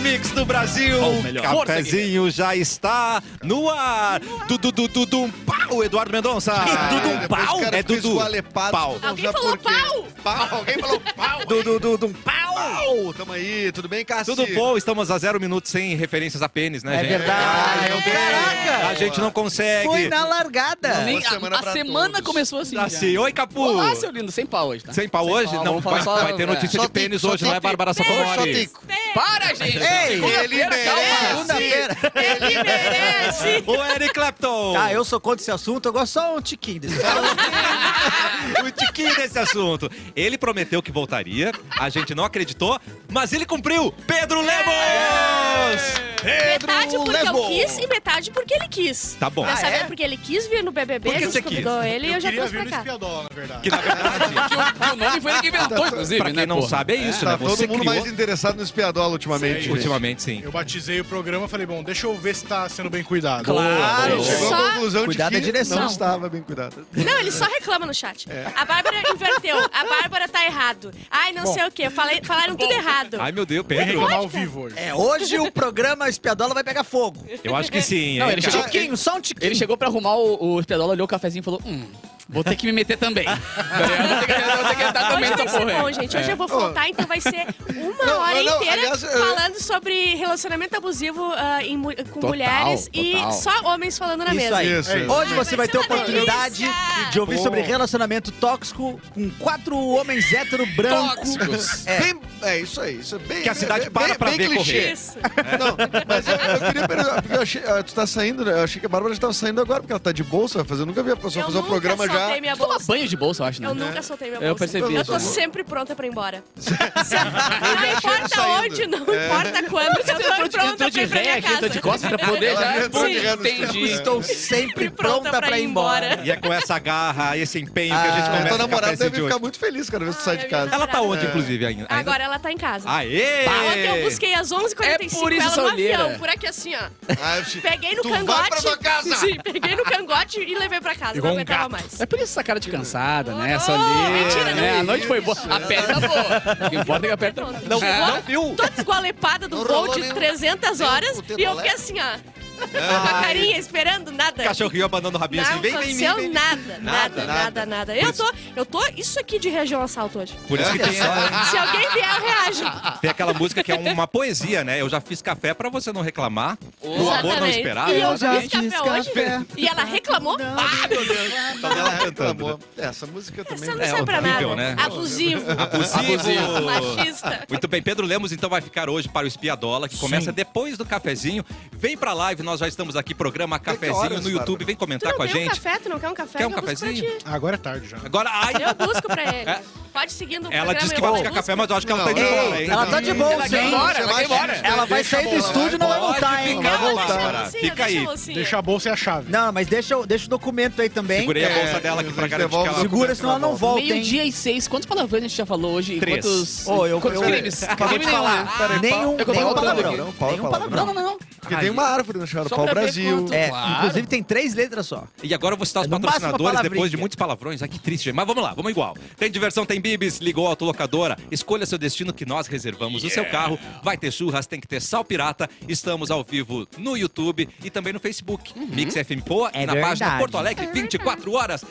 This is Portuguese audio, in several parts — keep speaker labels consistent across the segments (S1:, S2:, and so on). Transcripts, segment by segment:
S1: mix do Brasil.
S2: Bom, melhor.
S1: Força,
S3: Cafezinho já está no ar. Dudu, Dudu, Dudu, um pau, Eduardo Mendonça.
S2: Dudu, um pau?
S3: É Dudu. Pau.
S2: Pau.
S4: Alguém falou pau?
S2: então Pau. Alguém falou pau.
S3: Dudu, Dudu, um pau.
S2: Pau. Tamo aí. Tudo bem, Cássio?
S3: Tudo bom, estamos a zero minutos sem referências a pênis, né,
S5: É
S3: gente?
S5: verdade.
S2: Ah, é
S5: Caraca.
S3: A gente não consegue.
S5: Foi na largada.
S4: Nem-
S2: Boa semana
S4: a a
S2: pra
S4: semana
S2: todos.
S4: começou assim. já.
S3: Assim, oi, Capu.
S4: Olá, seu lindo, sem pau hoje, tá?
S3: Sem pau hoje?
S5: pau,
S3: não,
S5: vamos falar
S3: vai,
S5: só-
S3: vai ter notícia
S2: Só
S3: de pênis
S2: tico, só
S3: hoje, não é,
S2: tico.
S3: Bárbara
S2: Só
S3: Sacomori?
S2: tico.
S4: Para, gente!
S5: Ei,
S2: Ele
S4: Segunda-feira, calma.
S5: Segunda-feira.
S2: merece. Ele merece.
S3: O Eric Clapton.
S5: É, Tá, eu sou contra esse assunto, eu gosto só um tiquinho desse.
S3: o tiquinho desse assunto. Ele prometeu que voltaria, a gente não acreditou, mas ele cumpriu. Pedro Lemos!
S6: Metade porque
S2: Lesbo.
S6: eu quis e metade porque ele quis.
S3: Tá bom.
S6: Eu
S3: Ah,
S6: sabia
S5: é?
S6: porque ele quis vir no
S3: Por
S6: BBB,
S3: que
S6: a gente
S3: você
S6: convidou
S3: quis?
S6: ele e eu, já trouxe
S2: Tá
S6: pra cá.
S7: espiadol, na verdade.
S3: Que na verdade,
S4: Que o nome foi ele que inventou, inclusive,
S3: pra quem
S4: né,
S3: não
S4: porra?
S3: sabe, é isso, né?
S2: Tá
S3: Você
S2: todo mundo
S3: criou
S2: mais interessado no espiadola ultimamente. gente.
S3: ultimamente, sim.
S7: Eu batizei o programa, falei, bom, deixa eu ver se tá sendo bem cuidado.
S3: Boa,
S2: Ele
S3: boa.
S2: Ah, chegou à
S6: Só-
S2: conclusão
S5: Cuidado
S2: de
S3: é
S5: da
S2: que
S5: direção.
S2: não estava bem cuidado.
S6: Não, ele só reclama no chat. A Bárbara inverteu. A Bárbara tá errado. Ai, não sei o quê. Falei- falaram tudo errado.
S3: Ai, meu Deus,
S7: Vem
S3: Pedro.
S7: reclamar ao vivo hoje.
S5: É, hoje o programa Espiadola vai pegar fogo.
S3: Eu acho que sim,
S4: Não,
S3: hein,
S4: ele
S3: cara?
S4: chegou-
S5: Tiquinho, só um tiquinho.
S4: Ele chegou pra arrumar o, o Espiadola, olhou o cafezinho e falou: Hum, vou ter que me meter também. Tá ligado? vou, ter que, vou ter que entrar também tá
S6: Hoje
S4: nessa
S6: vai ser
S4: porra. aí.
S6: é bom, gente. Hoje eu vou faltar, então vai ser uma
S2: Não,
S6: hora
S2: não,
S6: inteira
S2: aliás, eu-
S6: falando sobre relacionamento abusivo ah, em mu- com
S4: Total,
S6: mulheres
S4: total.
S6: e só homens falando na
S5: Isso
S6: mesa.
S5: aí.
S2: Isso, isso.
S5: Hoje você vai ter a
S6: Vai ser uma
S5: oportunidade
S6: delícia.
S5: de ouvir
S2: Boa.
S5: sobre relacionamento tóxico com quatro homens hétero brancos.
S4: Tóxicos.
S5: É.
S2: Bem- é isso aí. Isso é bem,
S3: Que a cidade
S2: bem-
S3: para
S2: bem-
S3: pra
S2: bem
S3: ver
S2: clichê. É.
S6: Isso.
S2: Não, mas eu, eu queria perguntar, porque eu achei, ah, tu tá saindo, né? Eu achei que a Bárbara já tava saindo agora, porque ela tá de bolsa, vai fazer, eu nunca vi a pessoa
S6: Eu
S2: fazer um
S6: nunca
S2: programa já.
S6: soltei minha
S4: Tu toma
S6: bolsa.
S4: banho de bolsa, eu acho, né?
S6: Eu nunca soltei minha
S4: Eu
S6: bolsa.
S4: percebi
S6: Eu tô
S2: isso.
S6: sempre pronta pra ir embora.
S2: já chego
S6: não importa
S2: saindo.
S6: onde, não
S2: É.
S6: importa quando, eu
S4: Você entrou
S6: tô
S4: de-
S6: pronta
S4: entrou
S6: pra
S4: de
S6: ir pra
S4: ré
S6: minha
S4: aqui,
S6: casa.
S4: entrou de costas pra poder
S2: Ela
S4: já.
S2: entrou de ré no
S4: Entendi.
S5: Estou sempre
S6: Pronta pra ir embora.
S3: E é com essa garra, esse empenho que a gente
S5: Ah,
S3: começa
S2: Tua
S3: o
S2: namorada
S3: cafezinho de
S2: deve
S3: hoje.
S2: ficar muito feliz cada vez que tu sai de
S6: Ai,
S2: casa.
S6: minha
S3: Ela tá onde,
S6: É.
S3: inclusive, ainda? Ainda-
S6: Agora ela tá em casa.
S3: Aê!
S6: Ontem eu busquei às 11h45,
S4: É por isso,
S6: ela no
S4: olheira.
S6: avião, por aqui assim, ó.
S2: Ah, eu te-
S6: Peguei no
S2: tu
S6: cangote.
S2: Vai pra tua casa!
S6: Sim, peguei no cangote e levei pra casa.
S7: Igual
S6: não
S7: um
S6: aguentava
S7: gato.
S6: mais.
S4: É por isso essa cara de cansada, né? Essa
S6: Oh,
S4: ali.
S6: mentira,
S4: Né?
S6: não.
S4: A noite foi boa. A perna tá boa. O que importa é que a perna tá
S6: Pronto.
S4: Não,
S6: Chegou
S4: não.
S3: viu?
S6: Toda esgualepada do
S2: Não
S6: voo
S2: rolou
S6: de
S2: nenhum-
S6: 300
S2: nenhum
S6: horas
S2: puteiro
S6: e eu
S2: leve.
S6: fiquei assim, ó. Com a carinha, esperando nada.
S3: Cachorrinho abanando o rabinho assim,
S6: Não
S3: vem, vem, vem,
S6: aconteceu
S3: vem.
S6: nada,
S2: Nada,
S6: nada,
S2: nada.
S6: nada, nada. Eu tô, eu tô isso aqui de região assalto hoje.
S3: Por isso que tem,
S6: Se alguém vier, eu reajo.
S3: tem aquela música que é uma poesia, né? Eu já fiz café pra você não reclamar. O amor não né?
S6: Exatamente.
S3: esperar.
S6: E eu
S3: Ela
S6: já fiz café
S3: é
S6: hoje. E ela reclamou. Ah, meu Deus.
S2: Ela
S3: cantando,
S2: reclamou. É, Essa música também.
S6: Essa não
S3: É
S6: serve pra
S3: horrível,
S6: nada.
S3: né?
S6: Abusivo.
S3: Abusivo.
S6: Machista.
S3: Muito bem, Pedro Lemos então vai ficar hoje para o Espiadola, que começa depois do cafezinho. Vem pra live, nós já estamos aqui, programa Cafezinho
S2: horas,
S3: no YouTube.
S2: Bárbara?
S3: Vem
S6: Tu
S3: comentar Tá
S6: não
S3: com a
S6: quer um
S3: gente.
S6: café? Tu não quer um café?
S3: Quer um
S6: Eu busco pra
S3: cafezinho?
S6: ti.
S7: Ah, Agora é tarde já.
S3: Agora, ai,
S6: Eu busco pra ele. Pode seguindo
S3: ela
S6: o programa. é
S3: disse que
S6: eu
S3: vai
S6: vou-
S3: buscar café, mas eu acho que ela tá
S2: Não,
S3: indo
S2: não,
S3: embora,
S2: não,
S3: hein?
S5: Ela tá de bolsa,
S4: Ela quer ir
S5: hein?
S4: embora, ela quer ir embora.
S5: Ela vai
S2: Deixa
S5: sair do
S2: a bola lá,
S5: estúdio e não vai
S3: Pode
S5: voltar, hein?
S3: ficar,
S5: Não vai
S6: Deixa a
S3: Bárbara.
S5: voltar.
S6: bolsinha,
S3: Fica aí.
S6: Deixa a bolsinha.
S7: Deixa a bolsa e a chave.
S5: Não, mas deixa, eu- deixa o documento aí também.
S3: Segurei a
S2: É,
S3: bolsa dela aqui pra
S2: eles
S3: garantir que
S2: devolvem
S3: ela...
S2: o documento.
S5: Segura, senão ela não volta, hein?
S4: Meio-dia e seis. Quantos palavrões a gente já falou hoje? E
S3: Três.
S4: Quantos,
S5: Ô, eu,
S4: quantos
S5: eu-
S4: crimes?
S5: Acabei de
S4: Crime nenhum, né?
S5: falar. Nenhum,
S4: eu tô
S5: nenhum
S4: voltando
S5: palavrão.
S4: aqui.
S2: Não, pau é
S5: nenhum
S2: palavrão.
S5: palavrão.
S4: Não, não, não.
S2: Porque tem uma árvore no chão,
S4: Só
S2: pau
S4: pra ver
S2: Brasil.
S4: quanto-
S5: É,
S4: Claro.
S5: inclusive tem três letras só.
S3: E agora eu vou citar os
S5: É, No máximo, uma
S3: patrocinadores depois de
S5: palavrinha.
S3: muitos palavrões. Ai, que triste, gente. Mas vamos lá, vamos igual. Tem diversão, tem bibis, ligou a autolocadora. Escolha seu destino que nós reservamos o seu carro. Vai ter churras, tem que ter sal pirata. Estamos ao vivo no YouTube e também no Facebook. Mix FM Poa e
S5: Uhum. É
S3: na página
S5: verdade.
S3: Porto Alegre, 24 horas.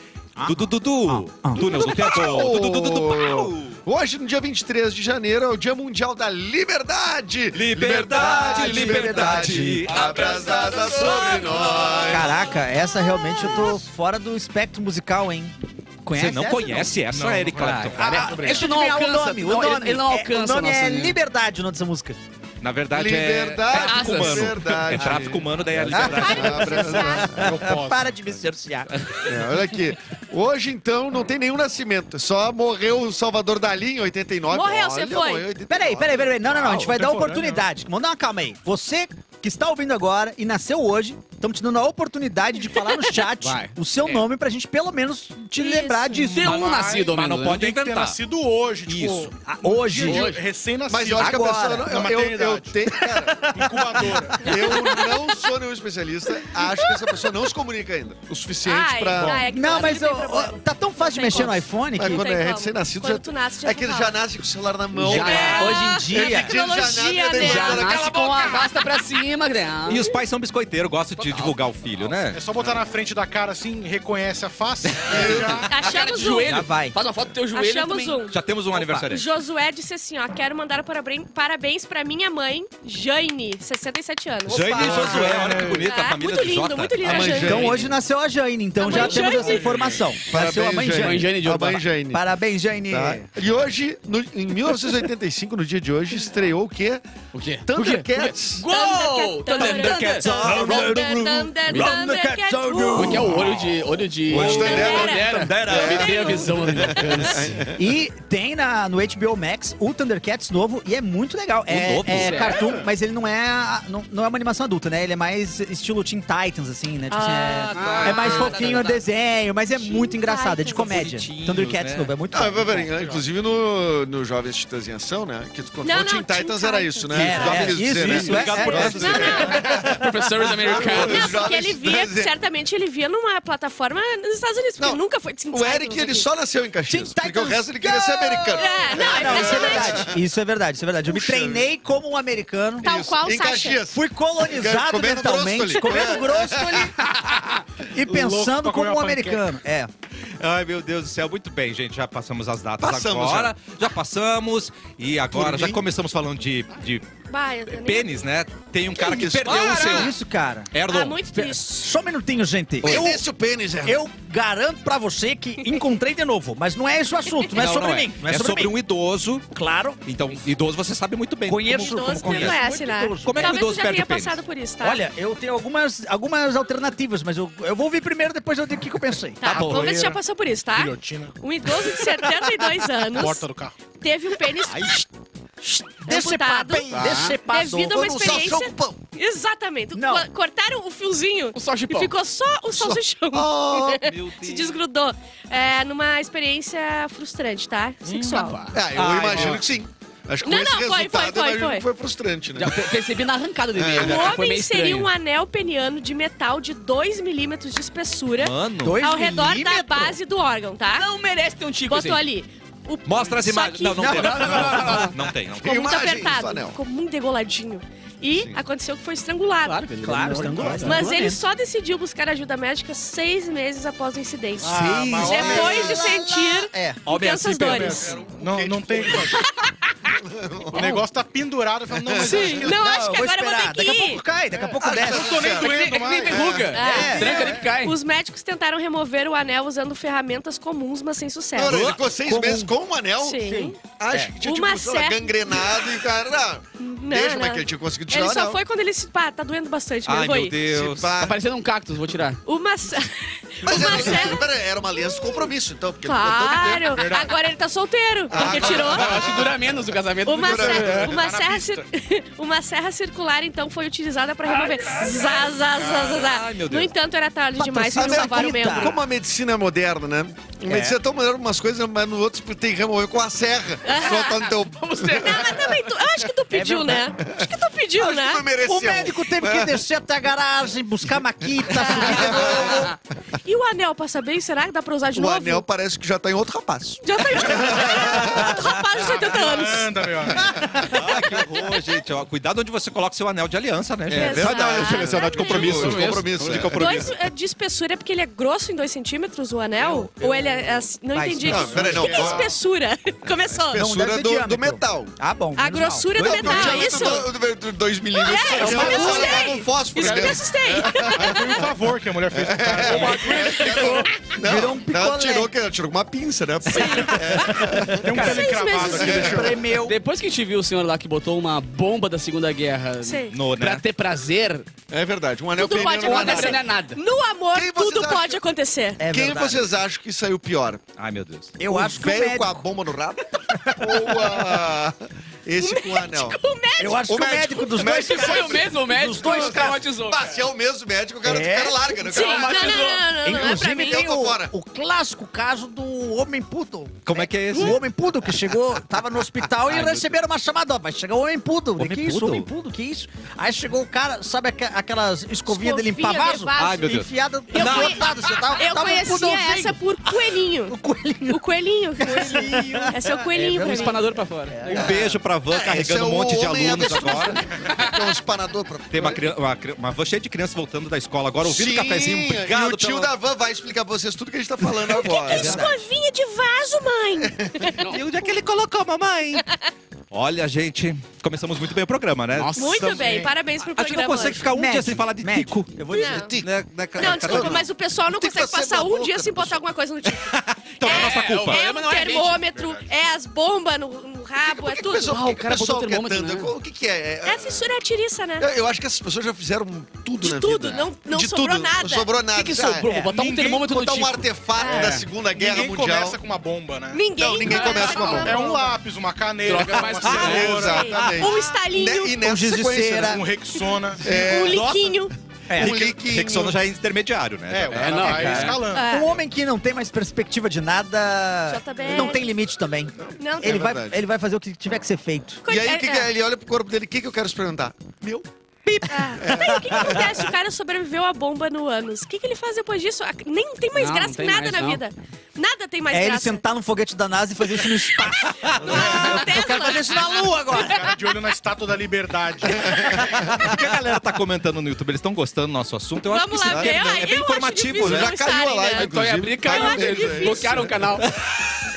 S3: Dudu, Dudu,
S5: ah.
S3: túneis do tempo. Dudu, Dudu, Dudu, pau.
S2: Hoje, no dia 23 de janeiro, é o Dia Mundial da Liberdade.
S3: Liberdade, liberdade.
S2: Abra as asas sobre nós.
S5: Caraca, essa realmente eu tô fora do espectro musical, hein? Conhece?
S3: Você não
S5: essa,
S3: conhece essa,
S7: Não,
S3: Eric
S7: não conheço.
S3: Clapton?
S4: Ah,
S5: Deixa
S4: Esse
S5: eu
S4: não
S5: adivinhar
S4: alcança.
S5: o nome,
S4: não,
S5: o
S4: ele-
S5: nome.
S4: Ele não alcança
S5: É, o nome
S4: a nossa
S5: é
S4: linha.
S5: Liberdade, o nome dessa música.
S3: Na verdade,
S2: Liberdade,
S3: é tráfico
S4: asas.
S3: humano.
S2: liberdade.
S3: É tráfico humano, daí é a liberdade.
S2: Abra as asas.
S7: Eu posso.
S5: Para de me cercear.
S2: É, olha aqui. Hoje, então, não tem nenhum nascimento. Só morreu o Salvador Dali em 89.
S6: Morreu,
S2: Olha,
S6: você foi.
S2: morreu em 89.
S5: Peraí, peraí, peraí. Não, não, não. A gente vai dar
S7: contemporâneo,
S5: oportunidade. Vamos dar uma calma aí. Você que está ouvindo agora e nasceu hoje, estamos te dando a oportunidade de falar no chat
S4: Vai.
S5: o seu
S4: É.
S5: nome pra gente pelo menos te
S6: Isso.
S5: lembrar disso.
S4: Tem um nascido, ao
S3: mas não
S4: menos,
S3: pode
S7: Tem que ter
S3: inventar.
S7: nascido hoje, tipo.
S3: Isso.
S5: Ah,
S7: dia
S5: Hoje.
S7: de-
S4: Hoje.
S7: Recém-nascido.
S2: Mas eu acho que a
S5: Agora,
S2: pessoa. Não,
S7: na
S2: eu, eu, eu
S7: maternidade.
S2: tenho. Cara,
S7: Incubadora.
S2: eu não sou nenhum especialista. Acho que essa pessoa não se comunica ainda. O suficiente
S6: Ai,
S2: pra.
S6: ai, é que
S5: Não,
S6: nasce
S5: mas
S6: não tem
S5: eu-
S6: problema.
S5: ó, tá tão fácil de
S6: Não tem
S5: mexer no
S6: como.
S5: iPhone
S2: Mas
S5: que.
S2: quando
S6: tem
S2: é
S6: como.
S2: recém-nascido,
S6: Quando
S2: já-
S6: tu nasce, já
S2: é que ele
S6: fala.
S2: já nasce com o celular na mão.
S5: Já,
S6: é.
S2: cara.
S4: Hoje em dia,
S2: Esse dia ele já nasce
S6: Tecnologia,
S2: dedejando
S6: né?
S4: já
S2: aquela
S4: nasce com a vasta pra cima, Graham.
S3: E os pais são biscoiteiros, gostam de divulgar o filho, né?
S7: É só botar na frente da cara assim, reconhece a face. e já...
S4: Cara de
S6: Achamos um.
S4: joelho.
S5: Já vai.
S4: Faz uma foto do teu joelho.
S6: Achamos
S4: também.
S6: um.
S3: Já temos um
S6: O
S3: aniversário.
S6: Josué disse assim, ó, quero mandar parabéns, parabéns pra minha mãe, Jane, 67 anos.
S3: Jane e
S5: Opa!
S3: Josué, olha que bonita a
S6: Ah,
S3: família
S6: muito
S3: do
S6: lindo,
S3: Jota.
S6: muito lindo
S2: A
S6: a
S2: mãe
S6: Jane.
S5: Então hoje nasceu a Jane, então
S6: A
S5: já
S6: mãe
S5: temos
S6: Jane.
S5: essa informação.
S2: Parabéns,
S5: nasceu a mãe
S2: Jane.
S5: Jane.
S4: Mãe Jane de
S2: A
S4: Urbana.
S2: mãe Jane.
S5: Parabéns, Jane.
S2: Tá? E hoje, no- em 1985, no dia de hoje, estreou o quê?
S4: O quê?
S2: Thundercats.
S4: Gol!
S6: Thundercats.
S4: Thundercats!
S6: Thunder, Thunder,
S4: Como é que é o olho de... Olho de...
S2: Olho de Tandera.
S3: Tandera.
S4: Eu me dei a visão. né?
S5: E tem na, no HBO Max o Thundercats novo e é muito legal. É,
S3: novo?
S5: é
S4: Sério?
S5: cartoon, mas ele não é, a- não, não é uma animação adulta, né? Ele é mais estilo Teen Titans, assim, né? Tipo assim, é-
S4: Ah,
S5: é, mais
S4: tá,
S5: fofinho
S4: tá,
S5: o
S4: tá.
S5: desenho, mas é muito engraçado, é de
S6: Titans.
S5: comédia.
S3: Bonitinhos,
S5: Thundercats
S3: né?
S5: novo, é muito
S2: Ah,
S5: bom.
S2: peraí, inclusive no, no Jovens Titãs em Ação, né? Que quando
S6: Não,
S2: falou Teen
S6: não, Teen
S2: Titans era
S6: Titans.
S2: isso, né?
S5: Era,
S2: Já
S5: era.
S2: quis
S5: Isso,
S2: dizer, né?
S5: isso, é,
S3: Obrigado por
S5: é.
S3: essa dica.
S4: Professores americanos.
S6: Não, porque ele via, certamente ele via numa plataforma nos Estados Unidos, porque
S2: Não,
S6: nunca foi Teen
S2: O
S6: Titans
S2: Eric, ele
S6: aqui.
S2: só Ah, nasceu em Caxias,
S5: Teen
S2: porque o
S5: Titans
S2: resto ele queria ser americano.
S6: É, não, é
S5: Não, isso é
S6: impressionante.
S5: verdade. Isso é verdade, isso é verdade. Eu me
S2: Puxa
S5: treinei como um americano.
S6: Tal
S2: Isso,
S6: qual
S2: em
S6: Sasha.
S2: Caxias.
S5: Fui colonizado
S2: Comendo
S5: mentalmente,
S2: brócoli.
S5: comendo
S2: É.
S5: grosso e
S7: Louco
S5: pensando como
S7: pra comer
S5: um
S7: uma panqueca.
S5: americano. É.
S3: Ai, meu Deus do céu. Muito bem, gente. Já passamos as datas
S2: Passamos,
S3: agora. Já. passamos. E agora
S2: Por
S3: já
S2: mim.
S3: começamos falando de, de
S6: Bah, eu nem-
S3: pênis, né? Tem um cara que
S2: isso?
S3: perdeu
S5: Para!
S3: o seu.
S5: Isso, cara.
S6: Ah,
S3: Erlon.
S6: muito triste.
S5: Só um minutinho, gente. Eu,
S2: Esse o pênis, Eric.
S5: eu garanto pra você que encontrei de novo, mas não é esse o assunto, não é sobre mim. Não é, sobre, mim.
S3: um idoso.
S5: Claro.
S3: Então, idoso você sabe muito bem.
S5: Conheço.
S3: Como, como
S6: Idoso
S5: Idoso
S6: tu
S3: conhece.
S6: conhece, um né?
S5: Muito idoso.
S3: Como é que o
S6: Talvez
S3: idoso
S6: você já
S3: perde
S6: tenha
S3: o pênis?
S6: passado por isso, tá?
S5: Olha, eu tenho algumas, algumas alternativas, mas eu, eu vou ouvir primeiro, depois eu digo o que, que eu pensei.
S6: tá,
S7: bom.
S6: vamos ver se já passou por isso, tá?
S7: Guilhotina.
S6: Um idoso de 72 anos
S7: Porta do carro.
S6: teve um pênis
S5: Decepado,
S6: amputado
S5: hein?
S6: Tá.
S5: Decepado.
S6: devido a uma experiência... Exatamente.
S5: Não.
S6: Co- Cortaram o fiozinho
S4: O
S6: e
S4: salchipão.
S6: ficou só o salsichão.
S2: Oh,
S3: Meu Deus.
S6: Se desgrudou. É, numa experiência frustrante, tá? Sexual.
S2: Ah, eu
S5: Ai,
S2: imagino
S5: meu.
S2: que sim. Acho que
S6: Não,
S2: com esse
S6: não, foi, foi,
S2: resultado,
S6: foi,
S2: eu imagino
S6: foi.
S2: que foi frustrante, né?
S4: Já pe- percebi na arrancada dele.
S2: É.
S4: cara, foi meio
S6: O Um homem seria
S4: estranho.
S6: um anel peniano de metal de 2 milímetros de espessura
S3: Mano.
S5: Dois
S6: ao redor da
S5: milímetros?
S6: base do órgão, tá?
S4: Não merece ter um tico
S6: Botou
S4: assim.
S6: ali. O-
S3: Mostra as
S6: Só
S3: imagens.
S6: que
S3: Não, não,
S6: ficou
S3: tem. Não, não, não, tem. Não tem.
S6: muito
S2: Imagens do
S6: apertado,
S2: anel.
S6: ficou muito degoladinho. E aconteceu que foi estrangulado.
S4: Claro, velho.
S5: Claro, estrangulado.
S6: Mas
S5: Estrangulou
S6: ele
S5: mesmo.
S6: só decidiu buscar ajuda médica seis meses após o incidente.
S7: Ah, mas
S6: Seis
S7: homem-
S6: Depois é de sentir
S5: É.
S3: Homem
S6: intensas
S3: assim,
S6: dores.
S7: Não, não tem.
S2: tipo
S7: O negócio tá pendurado. Eu falo, não, mas eu acho que-
S6: Não, acho que
S5: eu vou
S6: agora eu vou
S5: esperar.
S6: ter que
S5: Daqui a
S6: ir. Ah,
S5: pouco cai, daqui a pouco desce.
S7: não tô nem
S4: É que nem-
S7: doendo
S4: é que nem
S7: mais.
S4: verruga.
S6: É.
S4: Tranca ali que cai.
S6: Os médicos tentaram remover o anel usando ferramentas comuns, mas sem sucesso.
S2: Não, ele ficou seis
S5: Como-
S2: meses com um anel.
S6: Sim.
S2: Acho que tinha, tipo,
S6: É. Uma
S2: sei lá,
S6: certa-
S2: gangrenado e o cara... Não, deixa, mas que ele tinha conseguido tirar
S6: Ele
S2: o
S6: só
S2: anel.
S6: foi quando ele se. Pá, tá doendo bastante mesmo.
S3: Ai,
S6: vou
S3: meu
S6: ir.
S3: Deus.
S2: Se pá.
S4: Tá parecendo um cactus, vou tirar.
S6: Uma. ce-
S2: Mas
S6: uma
S2: era,
S6: certa-
S2: pera, era uma aliança de compromisso, então. Porque ele ficou todo Ah, tá. tempo-
S6: Claro! Agora ele tá solteiro, porque
S2: agora-
S6: tirou.
S4: Eu acho que dura menos o casamento. do
S6: Uma
S4: que-
S6: serra, uma,
S7: Tá na
S6: serra cir- uma serra circular, então, foi utilizada para remover. Zá, zá, zá, zá, zá.
S3: Ai, meu
S6: No
S3: Deus.
S6: entanto, era tarde demais para
S5: Patrocínio
S6: salvar o
S5: Anitta.
S6: membro.
S2: Como a medicina é moderna, né? A medicina é tão moderna umas coisas, mas no outro tipo, tem que remover com a serra. Só tá no teu...
S4: Vamos ter.
S6: Não, mas também tu, eu acho que tu pediu, né? Acho que tu pediu, né?
S2: Tu mereceu.
S5: O médico teve que descer até a garagem, buscar maquita, subir de novo.
S6: E o anel pra saber? Será que dá pra usar de
S2: O
S6: novo?
S2: anel parece que já tá em outro rapaz.
S6: Já tá Outro rapaz de 70 anos.
S7: Anda, meu amigo.
S3: Ah, que horror, gente. Ó, cuidado onde você coloca seu anel de aliança, né, gente?
S6: É verdade.
S2: Não, eu tinha esse anel de compromisso. De
S4: Compromisso.
S2: compromisso. De compromisso.
S6: Dois é, de espessura é porque ele é grosso em 2 centímetros, o anel? Ou ele é. é assim- não
S5: Mas
S6: entendi.
S2: não, peraí, não.
S6: o que, que é espessura? Começou.
S5: Não, deve
S2: Espessura
S5: ser
S2: do- do
S5: diâmetro.
S2: metal.
S5: Ah, bom.
S6: A
S5: menos
S6: grossura
S5: mal.
S6: do metal, é isso?
S2: 2 milímetros.
S6: É,
S2: Eu
S6: isso
S2: só
S6: que eu assustei.
S2: levava um fósforo
S6: Isso que eu me
S2: dentro.
S6: assustei.
S7: Aí foi um favor que a mulher fez pro cara.
S2: Não,
S5: Virou um
S2: ela
S5: picolé.
S2: tirou, que- ela tirou com uma pinça, né?
S7: Tem um
S4: Cara,
S7: pele cravado
S6: meses
S7: aqui. deixa eu-
S5: Premeu.
S4: Depois que a gente viu o senhor lá que botou uma bomba da Segunda Guerra
S6: Sei.
S3: No, né?
S4: pra ter prazer,
S2: É verdade. Um anel
S6: Tudo pode
S2: peniano não é nada.
S6: acontecer. né?
S4: não é nada.
S6: No amor,
S2: Quem vocês
S6: tudo
S2: acham?
S6: pode acontecer.
S5: É
S2: Quem
S5: verdade.
S2: vocês acham que saiu pior?
S3: Ai, meu Deus.
S5: Eu acho que o
S2: velho com
S5: médico.
S2: a bomba no rabo? ou a... Esse com o anel.
S6: Tipo, O médico.
S5: Eu acho
S2: O
S5: que o
S2: médico-
S5: médico dos
S2: o
S5: dois
S2: médico-
S5: caras-
S4: Foi o mesmo médico
S5: Dos dois
S4: que
S5: caras.
S4: traumatizou.
S2: Bah, se é o mesmo médico, o cara,
S5: É?
S2: o cara larga, né? O
S6: Sim, não,
S2: cara-
S6: não, não, não, não, não é pra
S5: Inclusive
S6: mim.
S5: tem
S2: Eu tô fora.
S5: o, o clássico caso do homem puto.
S3: Como é que é esse?
S5: O homem puto que chegou, tava no hospital e receberam uma chamada, ó, vai chegar o homem puto.
S3: Homem
S5: que isso?
S3: pudo?
S5: Homem puto, que isso? Aí chegou o cara, sabe aqua- aquelas escovinhas de limpar
S6: Escovinha
S5: vaso?
S6: de vaso.
S3: Ai, meu Deus.
S5: Enfiada do
S6: Eu conhe-
S5: outro lado, você tava,
S6: Eu
S5: tava um
S6: conhecia
S5: pudãozinho.
S6: essa por coelhinho.
S5: O coelhinho.
S6: O coelhinho. Esse é o coelhinho
S4: Um
S6: pra mim.
S4: espanador pra fora.
S3: Um beijo pra van
S2: Esse
S3: carregando
S2: é
S3: um
S2: o
S3: monte de
S2: homem
S3: alunos
S2: avesso-
S3: agora.
S2: Tem um espanador pra...
S3: Tem uma, criança, uma, cri- uma van cheia de crianças voltando da escola agora, ouvindo
S2: Sim,
S3: cafezinho.
S2: E
S3: Obrigado
S2: o tio
S3: pela-
S2: da van vai explicar pra vocês tudo que a gente tá falando
S6: é
S2: agora.
S6: Escovinha de vaso, mãe.
S3: E onde é que ele colocou, mamãe? Olha, gente, começamos muito bem o programa, né?
S4: Nossa.
S6: Muito
S4: Estamos-
S6: bem, parabéns pro
S3: A gente não
S6: programa.
S3: consegue
S6: hoje.
S3: ficar um dia
S5: Médio,
S3: sem falar de
S5: médio.
S3: tico.
S5: Eu vou dizer.
S6: Não.
S2: Tico.
S3: Né, né, ca-
S6: Não,
S3: Catarina?
S6: desculpa, mas o pessoal não
S2: Tem que
S6: consegue
S2: ser
S6: passar
S2: da
S6: um
S2: boca
S6: dia
S2: do
S6: sem botar alguma coisa no tico.
S3: Então é, nossa
S4: É, o
S3: culpa.
S6: É
S4: problema
S6: um
S4: não é a gente.
S6: termômetro, é as bombas no, no rabo, é
S2: Por que que o
S6: tudo.
S2: pessoal,
S4: Ah, o cara
S2: o pessoal
S4: botou o termômetro,
S2: cantando,
S4: né?
S2: O que que é?
S6: É a fissura é a tiriça, né?
S2: Eu, eu acho que essas pessoas já fizeram tudo
S6: De
S2: na
S6: tudo,
S2: vida.
S6: não- não
S2: De
S6: sobrou
S2: tudo,
S6: nada.
S2: Não sobrou nada.
S4: O que, que
S2: Ah,
S4: sobrou? Vou botar um
S7: Ninguém
S4: termômetro no
S2: Botar um
S4: tico.
S6: É.
S2: artefato da Segunda Guerra
S7: Ninguém
S2: Mundial.
S7: começa com uma bomba, né?
S6: Ninguém,
S2: Não, ninguém começa com a bomba.
S7: É um lápis, uma
S4: Droga
S7: caneta, uma
S4: mais
S2: Ah,
S4: cara.
S7: cenoura,
S2: exatamente.
S6: Um
S2: Ne-
S6: estalinho,
S2: e
S5: Um
S2: nessa
S5: giz de
S2: sequência,
S5: cera.
S2: né?
S7: um Rexona.
S6: um
S3: nossa.
S6: liquinho.
S5: É.
S2: O Lick-
S3: Rexona já é intermediário, né?
S7: É, o cara
S4: não,
S7: vai
S4: cara.
S7: escalando.
S6: É.
S5: Um homem que não tem mais perspectiva de nada
S6: JBL.
S5: não tem limite também.
S6: Não,
S5: Ele,
S2: É
S5: vai,
S2: verdade.
S5: ele vai fazer o que tiver que ser feito.
S2: E aí, o que que é? ele olha pro corpo dele, o que, que eu quero experimentar? Meu.
S6: É. Tá aí, o que, que acontece? O cara sobreviveu à bomba no ânus. O que, que ele faz depois disso? Ah, Nem tem mais
S4: Não,
S6: graça
S4: não tem
S6: que nada
S4: mais,
S6: na
S4: não.
S6: vida. Nada tem mais
S5: é ele
S6: graça.
S5: sentar no foguete da NASA e fazer isso no espaço.
S6: Ah,
S5: eu quero
S6: Tesla.
S5: fazer isso na Lua agora.
S7: Cara de olho na estátua da liberdade.
S3: O que a galera tá comentando no YouTube? Eles estão gostando do nosso assunto? Eu
S6: Vamos
S3: acho que
S6: lá,
S3: sim,
S6: ver.
S3: é bem-
S6: Ah,
S3: é bem
S6: eu acho
S3: informativo,
S6: difícil
S3: né?
S6: não
S2: Já caiu a
S6: estarem,
S2: live,
S6: né?
S4: Então ia abrir,
S6: Eu
S4: caiu.
S6: acho
S4: Eles
S6: difícil.
S4: bloquearam o canal.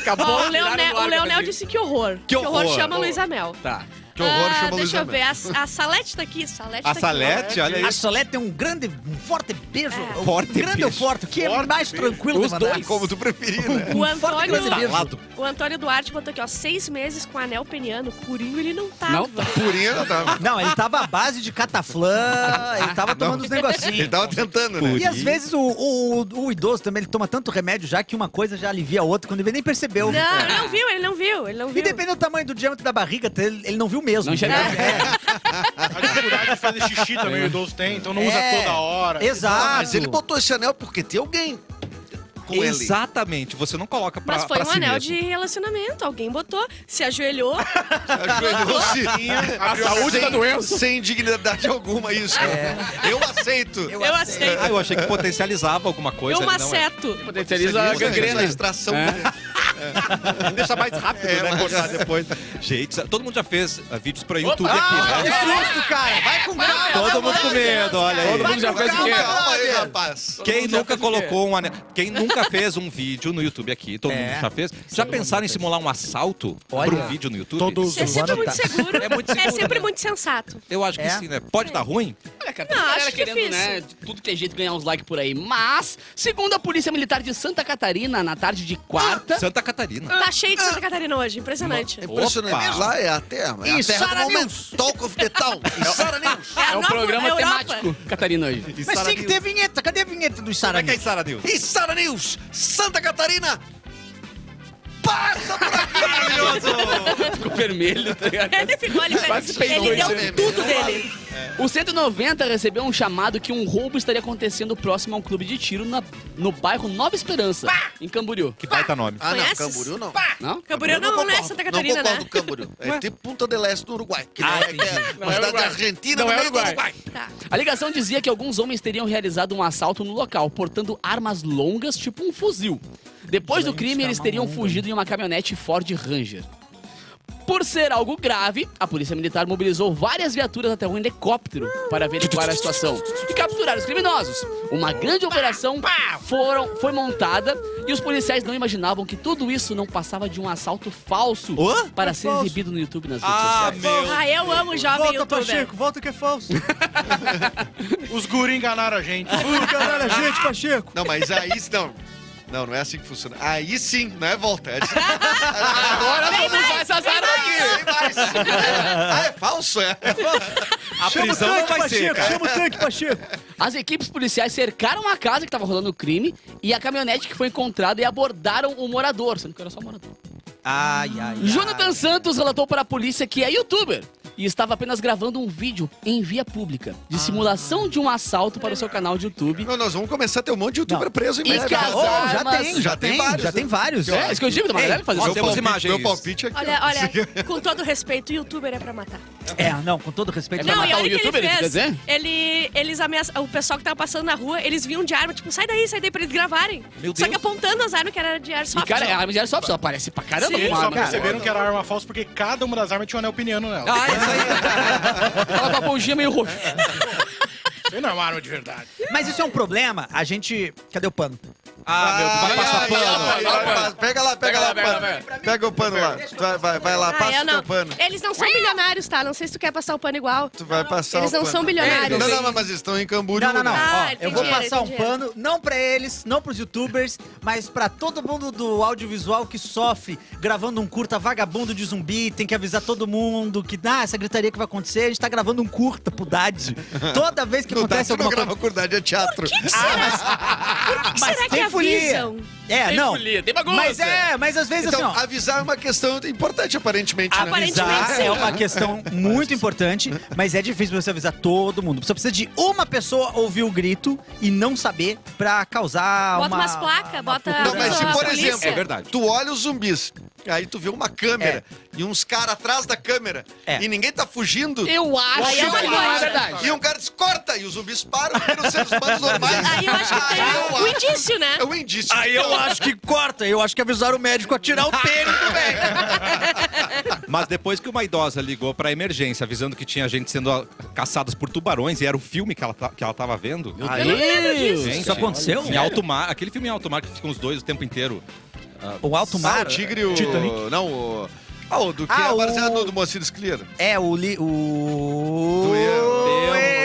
S4: Acabou.
S6: Ó, o
S4: tiraram
S6: Leonel,
S4: do ar,
S6: o Leonel
S4: Cafezinho.
S6: disse que horror. Que
S3: horror.
S6: chama Luiz Amel.
S4: Tá.
S2: Que horror,
S6: Ah,
S2: chama Luiz
S6: Deixa eu
S2: Amel.
S6: ver, a, a Salete tá aqui. Salete
S3: A
S6: tá
S3: Salete, olha
S5: A
S3: isso.
S5: Solé tem um grande, um forte beijo.
S6: É.
S5: Um
S3: Forte
S5: grande
S3: beijo.
S5: ou forte, o que é
S7: Forte
S5: mais
S7: beijo.
S5: tranquilo
S4: Os
S5: de mandar.
S4: dois.
S2: Como tu preferir, né?
S6: O
S5: um forte
S6: Antônio,
S5: grande beijo.
S6: o Antônio Duarte botou aqui, ó, seis meses com anel peniano, curinho ele não tava.
S4: Não, tá.
S2: Purinha não tava.
S5: Não, ele tava à base de cataflã, ele tava tomando os
S2: Ele
S5: negocinhos.
S3: tá
S2: tava tentando, né?
S5: E às vezes o, o- o idoso também, ele toma tanto remédio já que uma coisa já alivia a outra, quando ele nem percebeu. É.
S6: Não, ele não viu, ele não viu, ele não
S5: E
S6: viu.
S5: dependendo do tamanho do diâmetro da barriga, ele, ele não viu mesmo. É.
S4: Não enxerga.
S7: A dificuldade de fazer xixi também o idoso tem, então não usa
S5: É.
S7: toda hora.
S5: Exato.
S2: Mas ele botou esse anel porque tem alguém com ele.
S3: Exatamente, você não coloca pra
S6: Mas foi
S3: pra
S6: um
S3: si
S6: anel
S3: mesmo.
S6: de relacionamento, alguém botou, se ajoelhou.
S2: Ajoelhou-se.
S7: A
S4: saúde da doença.
S2: Sem dignidade alguma, isso. Eu aceito.
S6: Eu aceito.
S3: Ah, eu achei que potencializava alguma coisa.
S6: Eu
S3: ali, não é?
S6: maceto.
S4: Potencializa é a
S2: Isso, é
S4: gangrena. É.
S2: essa extração.
S3: Deixa mais rápido, né? Cortar depois. Gente, todo mundo já fez ah, vídeos pra YouTube
S5: Ah,
S3: aqui,
S5: que
S3: né?
S5: susto, cara. Vai com
S2: Ah,
S5: calma.
S3: Todo mundo com medo, olha aí.
S4: Todo mundo já fez o
S2: Calma,
S4: quê?
S2: calma aí, rapaz.
S3: Quem
S4: mundo já
S3: nunca
S4: fez o quê?
S3: colocou um anel. Quem nunca fez um vídeo no YouTube aqui, todo
S5: É.
S3: mundo já fez. Já pensaram em simular um assalto
S5: Olha.
S3: para um vídeo no YouTube?
S5: Todos.
S6: Isso é sempre
S5: Agora
S6: muito
S5: tá.
S6: seguro.
S3: É muito seguro,
S6: sempre
S3: né?
S6: muito sensato.
S3: Eu acho que
S5: É.
S3: sim, né? Pode dar ruim?
S4: Olha, cara,
S6: Não,
S4: tem galera
S6: acho
S4: querendo,
S6: difícil.
S4: né? de Tudo que é jeito ganhar uns likes por aí. Mas, segundo a Polícia Militar de Santa Catarina, na tarde de quarta.
S3: Santa Catarina.
S6: Tá cheio de Santa Catarina hoje, impressionante.
S2: É impressionante.
S3: Opa.
S2: Lá é a terra. É a
S5: Isso,
S2: terra do
S5: Sara
S2: momento. Talk of the town. Sara News.
S6: a
S4: É um
S6: nova
S4: programa
S6: Europa.
S4: temático, Catarina, hoje.
S3: E
S5: Mas
S3: Sara
S5: tem que ter vinheta. Cadê a vinheta dos
S3: Como é que é
S5: Saranil?
S3: Sara News?
S2: E Sara News, Santa Catarina, passa por aqui, maravilhoso!
S4: Ficou vermelho, tá ligado?
S6: Ele ficou ali,
S4: Quase
S6: velho.
S4: peidou,
S6: Ele
S4: né?
S6: deu tudo dele.
S4: O 190 recebeu um chamado que um roubo estaria acontecendo próximo a um clube de tiro na- no bairro Nova Esperança, em Camboriú.
S3: Que baita nome.
S2: Ah, não,
S6: Conheces?
S2: Camboriú não.
S4: Não?
S6: Camboriú não, não é
S2: concordo,
S6: Santa Catarina,
S2: não concordo
S6: né?
S2: com Camboriú. É tipo Punta del Este no Uruguai. Que
S4: Ah,
S2: não é, que é
S4: entendi. Não
S2: uma
S4: é
S2: cidade
S4: Uruguai.
S2: argentina
S4: Não
S2: no
S4: é
S2: meio do
S4: Uruguai.
S2: Uruguai.
S6: Tá.
S4: A ligação dizia que alguns homens teriam realizado um assalto no local, portando armas longas, tipo um fuzil. Depois do
S5: Gente,
S4: crime, eles
S5: arma
S4: teriam
S5: longa.
S4: fugido em uma caminhonete Ford Ranger. Por ser algo grave, a polícia militar mobilizou várias viaturas até um helicóptero para averiguar a situação e capturar os criminosos. Uma grande operação foram- foi montada e os policiais não imaginavam que tudo isso não passava de um assalto falso
S3: Hã?
S4: para
S5: É
S4: ser
S5: falso.
S4: exibido no YouTube e nas redes
S7: É,
S3: Ah,
S4: sociais.
S3: meu.
S6: Ah, eu amo o jovem
S5: Volta,
S6: youtuber.
S5: Pacheco. Volta que é falso.
S7: Os guri enganaram a gente.
S5: Ui, galera, gente, Pacheco.
S2: Não, mas aí não. Não, não é assim que funciona. Aí sim, não é volta. É assim.
S4: Agora vamos usar essas armas aqui!
S2: Aí vai. Ah, é falso, é?
S3: A prisão não vai ser, cara.
S5: Chama o tanque, Pacheco.
S4: As equipes policiais cercaram a casa que estava rolando o crime e a caminhonete que foi encontrada e abordaram o morador, sendo que era só morador.
S5: Ai, ai, ai.
S4: Jonathan Santos relatou para a polícia que é youtuber e estava apenas gravando um vídeo em via pública
S5: Ah.
S4: de simulação de um assalto para o seu canal de YouTube.
S2: Não, nós vamos começar a ter um monte de youtuber preso em
S4: E
S2: breve.
S4: casar,
S5: Oh, já
S4: mas-
S5: tem, já tem, já tem vários. né?
S4: É, isso que eu digo, mas deve fazer
S3: ó,
S4: isso.
S2: Meu
S3: Temos
S2: palpite,
S3: imagens.
S2: meu palpite é aqui.
S6: Olha,
S2: ó.
S6: olha, com todo respeito, youtuber é pra matar.
S5: É, não, com todo respeito.
S4: É
S5: mas-
S6: Não,
S4: matar
S6: e
S4: o
S6: olha o que
S4: youtuber,
S6: ele
S4: isso quer
S6: fez.
S4: dizer?
S6: Ele, eles ameaçam, o pessoal que tava passando na rua, eles vinham de arma, tipo, sai daí, sai daí pra eles gravarem.
S3: Meu
S6: Só
S3: Deus.
S6: que apontando as armas que era de
S4: E,
S6: airsoft.
S4: cara, é a arma de airsoft, ela aparece pra caramba.
S6: Sim,
S4: uma
S7: Eles só
S4: arma.
S7: perceberam que era arma falsa porque cada uma das armas tinha um anel peniano nela.
S3: Ah, isso aí.
S4: Ela com a pontinha meio roxa.
S7: Isso aí não é uma arma de verdade.
S5: Mas isso é um problema. A gente. Cadê o pano?
S3: Ah, meu, tu vai
S2: Vai,
S3: passar
S2: vai,
S3: pano.
S2: vai, vai, vai, Pega lá, pega lá o pano. Pega o pano lá. Vai, vai, vai lá,
S6: Ah,
S2: passa
S6: eu
S2: o
S6: não.
S2: teu pano.
S6: Eles não são bilionários, tá? Não sei se tu quer passar o pano igual.
S2: Tu vai passar
S6: Eles
S2: o
S6: não
S2: pano.
S6: são bilionários.
S2: Não, não, mas estão em Camboriú.
S5: Não, não, não.
S2: né?
S6: Ah,
S5: Ó,
S6: ele tem
S5: eu vou
S6: dinheiro, ele
S5: passar um
S6: tem dinheiro.
S5: pano, não pra eles, não pros youtubers, mas pra todo mundo do audiovisual que sofre gravando um curta vagabundo de zumbi, tem que avisar todo mundo que, ah, essa gritaria que vai acontecer, a gente tá gravando um curta pro Dad. Toda vez que
S2: Não dá,
S5: acontece
S2: tu não
S5: alguma coisa.
S2: grava curta, é teatro.
S5: Mas
S6: será que
S5: tem folia.
S6: avisam?
S5: É, não.
S4: folia, tem bagunça.
S5: Mas é, mas às vezes
S2: Então,
S5: assim, ó.
S2: avisar é uma questão importante, aparentemente. né?
S6: Aparentemente.
S5: avisar
S6: sim.
S5: é uma questão muito importante, mas é difícil você avisar todo mundo. Você precisa de uma pessoa ouvir o grito e não saber pra causar
S6: Bota
S5: uma...
S6: umas placas, bota.
S2: Não, mas se,
S6: avisa a
S2: por
S6: Ah, polícia.
S2: exemplo,
S3: É verdade.
S2: tu olha os zumbis, aí tu vê uma câmera e uns caras atrás da câmera
S5: É.
S2: e ninguém tá fugindo.
S4: Eu acho
S6: Aí é uma
S4: que
S6: coisa.
S4: é verdade.
S2: E um cara diz, corta! E os zumbis param, viram seres humanos normais.
S6: Aí eu acho que tem
S2: Aí eu
S6: um
S2: acho-
S6: indício, né?
S2: É um indício.
S5: Aí eu acho que corta, eu acho que avisaram o médico a tirar o pênis também.
S3: Mas depois que uma idosa ligou pra emergência avisando que tinha gente sendo ah, caçados por tubarões e era o filme que ela, ta- que ela tava vendo.
S4: Eu não lembro disso.
S3: Gente,
S5: Isso aconteceu?
S3: Em alto mar, aquele filme em alto mar que ficam os dois o tempo inteiro.
S5: O alto
S2: Ah, o
S5: mar.
S2: tigre e o...
S5: Titanic.
S2: Não, o... Ah, o do que
S5: Ah,
S2: é
S5: o-
S2: baseado no do Moacir Scler.
S5: É, o. Li, o...
S2: Do
S5: o-
S3: Deus.
S5: ele-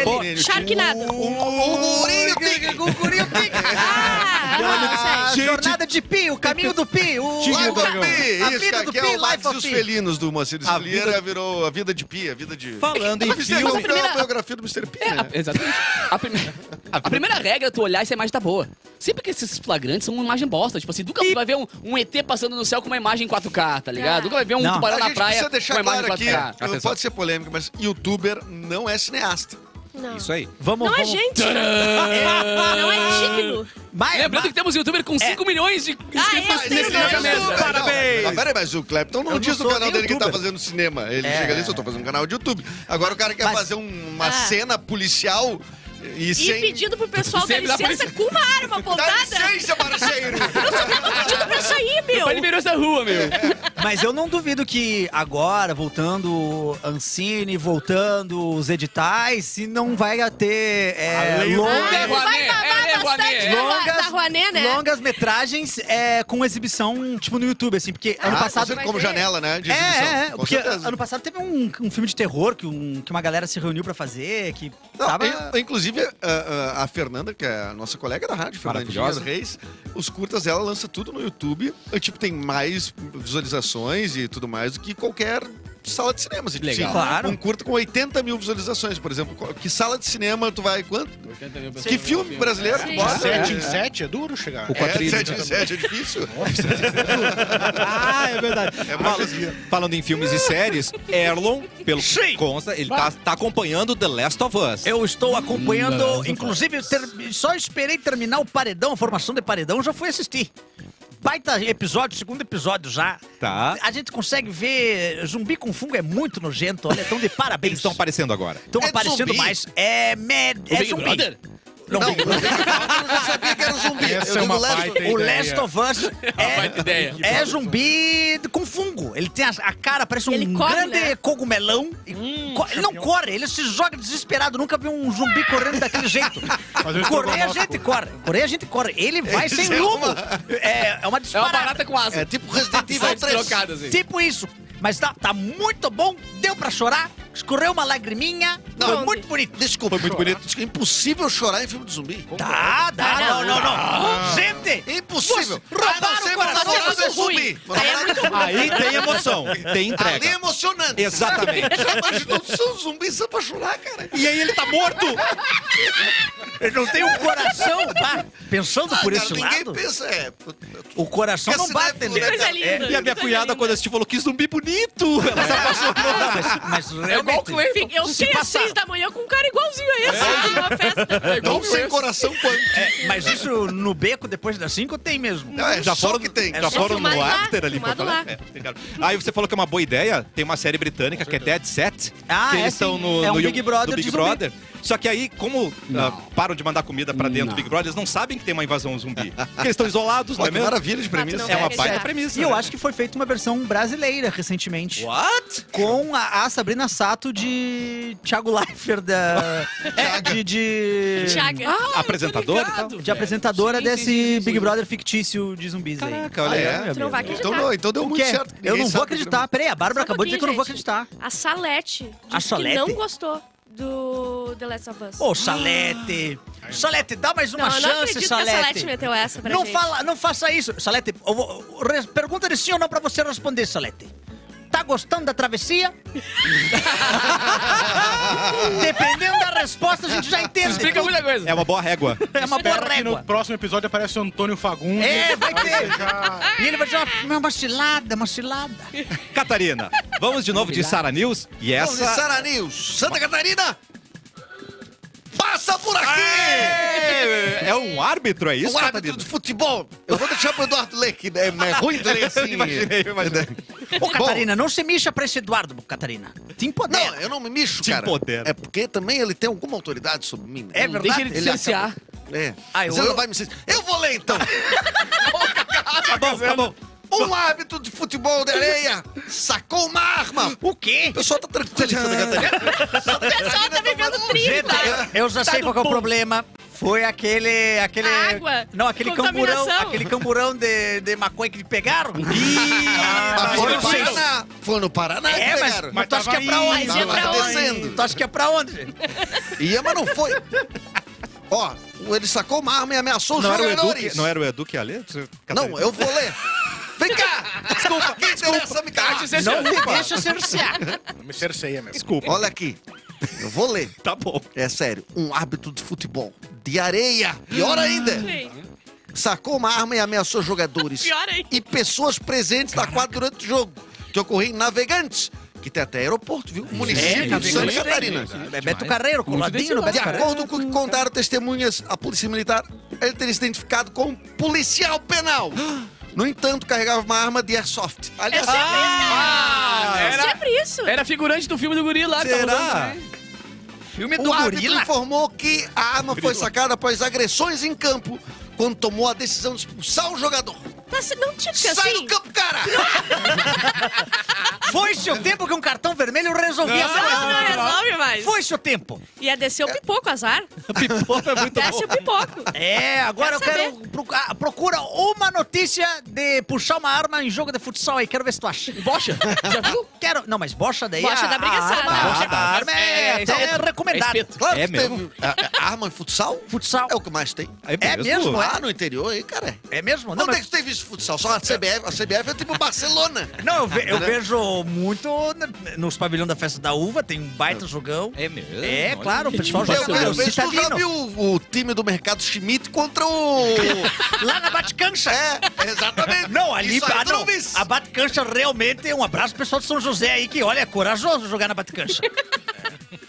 S6: Sharknado.
S2: O- O Gurinho Tigre.
S5: O Gurinho Tigre.
S6: Ah,
S5: Ah,
S6: não sei.
S5: jornada de Pi, o caminho do Pi. O...
S2: Life
S5: o-
S2: of Pi.
S5: A
S2: um Isso,
S5: vida do
S2: aqui é
S5: Pi,
S2: o Life
S5: Life
S2: dos
S5: of Pi.
S2: Felinos do Moacir
S5: A
S2: Scler.
S5: vida-
S2: Virou a vida de Pi, a vida de...
S3: Falando em
S2: Mas isso é
S3: filme.
S2: uma biografia do Mr. P, né?
S4: É,
S5: É.
S4: Exatamente. A, primeira- a primeira regra é tu olhar e se a imagem tá boa. Sempre que esses flagrantes são uma imagem bosta. Tipo assim, nunca tu vai ver um, um ET passando no céu com uma imagem em 4K, tá ligado?
S6: Ah.
S4: Nunca vai ver um
S5: Não.
S4: tubarão
S2: a
S4: na
S2: gente
S4: praia
S2: precisa
S4: com
S2: deixar
S4: uma
S2: claro
S4: imagem em 4K.
S2: aqui, não
S3: Atenção.
S2: pode ser polêmica, mas youtuber não é cineasta.
S6: Não.
S3: Isso aí.
S5: Vamos, Ah.
S6: Não é
S5: vamos.
S6: gente. Não é digno.
S5: Mas-
S4: Lembrando que temos um youtuber
S5: é.
S4: com 5 milhões de inscritos
S6: é,
S4: nesse-
S6: sim,
S4: nessa
S6: é,
S4: mesa.
S2: Não,
S3: Parabéns.
S2: Não, peraí, mas o Clapton não
S5: um, Eu não
S2: diz
S5: sou
S2: no canal dele que tá
S5: youtuber.
S2: fazendo cinema. Ele
S5: É.
S2: chega ali, só tô fazendo um canal de YouTube. Agora o cara quer
S5: Mas-
S2: fazer um- uma
S6: Ah.
S2: cena policial e,
S6: E
S2: sem...
S6: pedindo pro pessoal dar
S4: Sempre dá pra
S6: licença com uma arma
S2: Dá
S6: apontada.
S2: licença, parceiro!
S6: Pedindo pra sair,
S4: Ele
S6: meu.
S4: liberou essa rua, meu.
S5: Mas eu não duvido que agora, voltando Ancine, voltando os editais, se não vai ter
S7: A
S5: é,
S7: lei do-
S5: longas-
S4: É
S6: Vai
S4: Rouanet, é
S6: babar
S4: Rouanet,
S6: bastante
S4: é.
S6: da Rua- da Rouanet, né?
S5: longas metragens é, com exibição, tipo, no YouTube, assim, porque
S2: Ah,
S5: ano passado...
S2: considerando como
S6: vai ter.
S2: janela, né? de
S5: É,
S2: exibição,
S5: é, é,
S2: com
S5: porque
S2: certeza.
S5: ano passado teve um, um filme de terror que, um- que uma galera se reuniu pra fazer, que
S2: Não,
S5: tava...
S2: eu- inclusive, a- a, a Fernanda, que é a nossa colega da rádio, Fernandinha
S3: Maravilhosa.
S2: Reis, os curtas ela lança tudo no YouTube. E, tipo, tem mais visualizações e tudo mais do que qualquer sala de cinema. Assim,
S4: Legal.
S2: Sim,
S5: Claro.
S2: Um curta com 80 mil visualizações, por exemplo. Qual- Que sala de cinema tu vai... Quanto? Que filme brasileiro tu
S6: Sim.
S2: bota?
S7: Sete
S2: É.
S7: em sete é duro chegar.
S3: O
S2: É,
S3: quadrilho.
S2: 7 em 7 é difícil.
S5: Ah, é verdade.
S2: É
S3: Fala-
S2: mais
S3: falando em filmes e séries, Erlon, pelo que consta, ele tá, tá acompanhando The Last of Us.
S5: Eu estou acompanhando, inclusive, ter- só esperei terminar o paredão, a formação de paredão, já fui assistir. Baita episódio, segundo episódio já.
S3: Tá.
S5: A gente consegue ver. Zumbi com fungo é muito nojento, olha, estão de
S3: Eles
S5: parabéns.
S3: estão aparecendo agora.
S5: Estão
S2: É
S5: aparecendo
S2: zumbi.
S5: mais. É, med,
S4: O
S5: é
S4: Big
S5: zumbi.
S4: Brother?
S5: Não,
S2: Não,
S5: Big
S2: eu não sabia que era zumbi.
S7: Essa
S2: eu
S7: é
S2: digo
S7: uma
S2: Last-
S7: baita
S5: O
S7: ideia.
S5: Last of Us
S4: baita ideia.
S5: é, é zumbi com fungo. Ele tem a, a cara, parece um
S6: Ele corre,
S5: grande
S6: né?
S5: cogumelão. E co- ele não corre, ele se joga desesperado. Nunca vi um zumbi correndo daquele jeito.
S7: um
S5: Correr a
S7: estrogonofe,
S5: gente corre. Correr a gente corre. Ele vai
S2: Ele
S5: sem
S2: é
S5: rumo.
S2: uma-
S5: É, é uma
S4: É uma
S5: disparada.
S4: barata com asa.
S2: É tipo Resident
S4: Sai
S2: Evil 3.
S4: deslocada, assim.
S5: Tipo isso. Mas tá, tá muito bom, deu pra chorar, escorreu uma lagriminha,
S2: Não.
S5: foi muito bonito.
S2: Desculpa. Foi muito bonito. É impossível chorar em filme de zumbi.
S5: Tá, dá, não, não, não. Gente,
S2: É impossível.
S5: Você- roubaram
S2: Ah, não, sei,
S5: o
S2: mas
S5: coração,
S2: não
S5: é
S2: você
S5: muito ruim.
S2: zumbi. Mas não é
S5: né?
S3: Aí tem emoção, tem
S2: Ali é
S3: entrega.
S2: emocionante.
S3: Exatamente.
S2: Já imaginou se um zumbi só pra chorar, cara?
S3: E aí ele tá morto!
S5: eu não tenho um coração. Tá? Pensando por esse
S2: Ah, ninguém
S5: lado,
S2: pensa, é.
S5: o coração não
S2: Esse
S5: bate,
S2: lado, né,
S5: né?
S6: Coisa
S2: cara?
S6: linda.
S3: E a minha
S6: coisa
S3: cunhada,
S6: linda.
S3: quando assistiu, falou que zumbi bonito!
S2: É.
S3: Ela se apaixonou.
S4: É
S5: Mas, mas
S4: igual o
S5: realmente...
S4: Cleiton.
S6: Fica- Eu
S5: Se
S6: cheguei às
S5: passar-
S6: seis da manhã com um cara igualzinho a esse. numa festa.
S4: É igual
S2: Tão
S4: o
S2: um sem
S4: Cleiton.
S2: coração quanto.
S5: é, mas isso no beco depois das 5 tem mesmo.
S2: Não, é
S3: já
S2: só
S3: foram,
S2: o que tem.
S3: Já
S6: só
S3: foram
S6: filmado
S3: no
S6: lá,
S3: after ali em
S6: filmado
S3: Porto Alegre? É, tem cara. Aí você falou que é uma boa ideia. Tem uma série britânica que é Dead Set.
S5: Ah,
S3: que
S5: é,
S3: eles
S5: sim.
S3: estão no,
S5: É um
S3: no
S5: Big Brother
S3: do
S5: de
S3: Big
S5: zumbi.
S3: Brother. Só que aí, como ah, param de mandar comida pra dentro
S4: Não.
S3: do Big Brother, eles não sabem que tem uma invasão zumbi. Porque eles estão isolados, não
S2: Olha
S3: é
S2: que
S3: mesmo?
S2: maravilha de premissa.
S6: não
S3: É uma
S6: Dead
S3: baita
S6: Set.
S3: premissa.
S5: E eu
S3: né?
S5: acho que foi feita uma versão brasileira recentemente.
S3: What?
S5: Com a, a Sabrina Sato de Thiago Leifert da... é, de... de...
S6: Thiago.
S4: Ah,
S3: Apresentador e tal.
S4: ligado.
S5: De apresentadora
S4: Sim, sim,
S5: desse
S4: sim, sim,
S5: Big
S4: sim.
S5: Brother fictício de zumbis aí.
S3: Caraca, olha
S2: Ah, é?
S3: aí.
S6: Tu não vai tá. acreditar.
S2: Então, não, então deu
S5: O
S2: muito
S5: quê?
S2: certo.
S5: Eu
S2: Ninguém
S5: não vou
S2: sabe que
S5: acreditar. Peraí, a Bárbara
S6: Só um
S5: acabou de dizer que eu não vou
S6: pouquinho,
S5: acreditar.
S6: A Salete disse
S5: Salete?
S6: que não gostou do The Last of Us.
S5: Ô, Salete! Salete, dá mais uma
S6: não, eu não
S5: chance,
S6: acredito que a Salete
S5: Salete!
S6: meteu essa pra
S5: Não,
S6: gente.
S5: fala, não faça isso! Salete, eu vou- res- pergunta de sim ou não pra você responder, Salete. Tá gostando da travessia? Dependendo da resposta, a gente já entende.
S4: Explica muita coisa.
S3: É uma boa régua.
S5: É uma boa
S7: E no
S5: régua.
S7: próximo episódio aparece o Antônio Fagundes.
S5: É, vai
S7: Aí
S5: ter.
S7: você já-
S5: E ele vai dizer "Ah, uma, uma cilada, uma cilada.
S3: Catarina, vamos de novo de Sara News. E
S2: Vamos de
S3: essa.
S2: Sara News. Santa Catarina! Passa por aqui!
S3: É é um árbitro, é isso,
S2: o árbitro
S3: Catarina?
S2: de futebol. Eu vou deixar pro Eduardo ler, que é, é ruim de ler assim.
S3: Imaginei, imaginei.
S5: Ô, Catarina, não se mixa pra esse Eduardo, Catarina. Te empodera.
S2: Não, eu não me mexo,
S3: Te
S2: cara.
S3: empodera.
S2: É porque também ele tem alguma autoridade sobre mim. né?
S5: É
S4: Não
S5: verdade,
S4: Deixa ele
S2: ele
S4: licenciar.
S2: É.
S5: Ah, eu-
S2: Você não vai me... Eu vou ler, então.
S3: Tá bom, tá bom.
S2: Um árbitro de futebol de areia sacou uma arma.
S5: O quê?
S2: O pessoal tá tranquilo ali, Santa Catarina.
S6: O pessoal tá vivendo trinta.
S5: Eu já sei qual que é o problema. Foi aquele. aquele
S6: Tá A água.
S5: Não, aquele
S6: Contaminação.
S5: camburão. Aquele camburão de, de maconha que eles pegaram.
S3: Ah,
S2: Mas foi no
S5: eu sei.
S2: Paraná. Foi no Paraná que
S5: É, mas,
S2: pegaram.
S5: mas tu acha que é
S7: tava
S5: pra onde?
S6: indo, Mas é tava pra onde?
S2: descendo.
S5: Tu acha que é pra onde, gente?
S2: Ia, mas não foi. Ó, ele sacou uma arma e ameaçou os
S3: Não era o Edu
S2: jogadores.
S3: que, não era o Edu que ia ler? Você- Catarina?
S2: Não, eu vou ler. Vem cá! Desculpa, quem deu essa me
S3: Tá,
S2: calar?
S5: Não me deixa cercear.
S7: Me cerceia, meu.
S3: Desculpa.
S2: Olha aqui. Eu vou ler.
S3: Tá bom.
S2: É sério. Um árbitro de futebol de areia. Pior ainda.
S6: Sim.
S2: Sacou uma arma e ameaçou jogadores.
S6: Pior ainda.
S2: E pessoas presentes na quadra durante o jogo. Que ocorreu em Navegantes. Que tem até aeroporto, viu? Município de Santa
S3: né,
S5: Navegantes
S2: Catarina.
S5: É Beto Carreiro, coladinho no
S2: De
S5: Beto Carreiro.
S2: acordo com o que contaram testemunhas, a polícia militar, ele teria se identificado como policial penal. No entanto, carregava uma arma de airsoft.
S6: É
S2: Aliás,
S6: sempre isso, cara.
S4: era-
S6: É sempre isso.
S4: Era figurante do filme do guri lá. que tá rodando,
S3: Será?
S4: né?
S5: Filme
S2: o
S5: do
S2: árbitro
S5: gorila.
S2: informou que a arma foi sacada após agressões em campo, quando tomou a decisão de expulsar o jogador.
S6: Tá, se- não tinha que ser
S2: Sai
S6: assim.
S2: do campo, cara!
S5: Foi seu tempo que um cartão vermelho resolvia
S6: Não, não resolve mais.
S5: Foi seu tempo.
S6: Ia é descer o pipoco, azar.
S4: Tá
S3: Pipoca é muito
S6: Desce o
S3: bom.
S6: pipoco.
S5: É, agora eu
S6: Quero
S5: quero. procu- ah, Procura uma notícia de puxar uma arma em jogo de futsal aí. Quero ver se tu acha.
S4: Bocha. Já viu?
S5: Quero. Não, mas bocha daí.
S6: Bocha
S5: a-
S6: dá brigaçada.
S5: A arma,
S3: Bocha
S5: a
S3: dá.
S5: arma é,
S4: É,
S5: até
S4: é espeto.
S5: recomendada.
S4: É espeto.
S2: Claro
S3: É
S2: que
S3: mesmo?
S2: teve. A- a arma em futsal?
S5: Futsal.
S2: É o que mais tem.
S5: É mesmo,
S2: Ah, no interior aí, cara.
S5: É mesmo?
S2: Não,
S5: Não,
S2: tem
S5: mas-
S2: que ter visto futsal, só a CBF. A CBF é tipo Barcelona.
S5: não eu, ve- eu vejo muito n- nos pavilhões da festa da uva, tem um baita jogão.
S3: É mesmo?
S5: É,
S3: Olha.
S5: claro, o pessoal
S2: Eu
S5: joga
S2: quero
S5: o
S2: ver se tu já
S5: citadino.
S2: viu o, o time do Mercado Schmidt contra o...
S5: Lá na Batcancha.
S2: é, exatamente.
S5: Não, ali
S2: Isso aí
S5: ah,
S2: tu não
S5: não.
S2: visse.
S5: a Batcancha realmente é um abraço pro pessoal de São José aí, que olha, é corajoso jogar na Batcancha.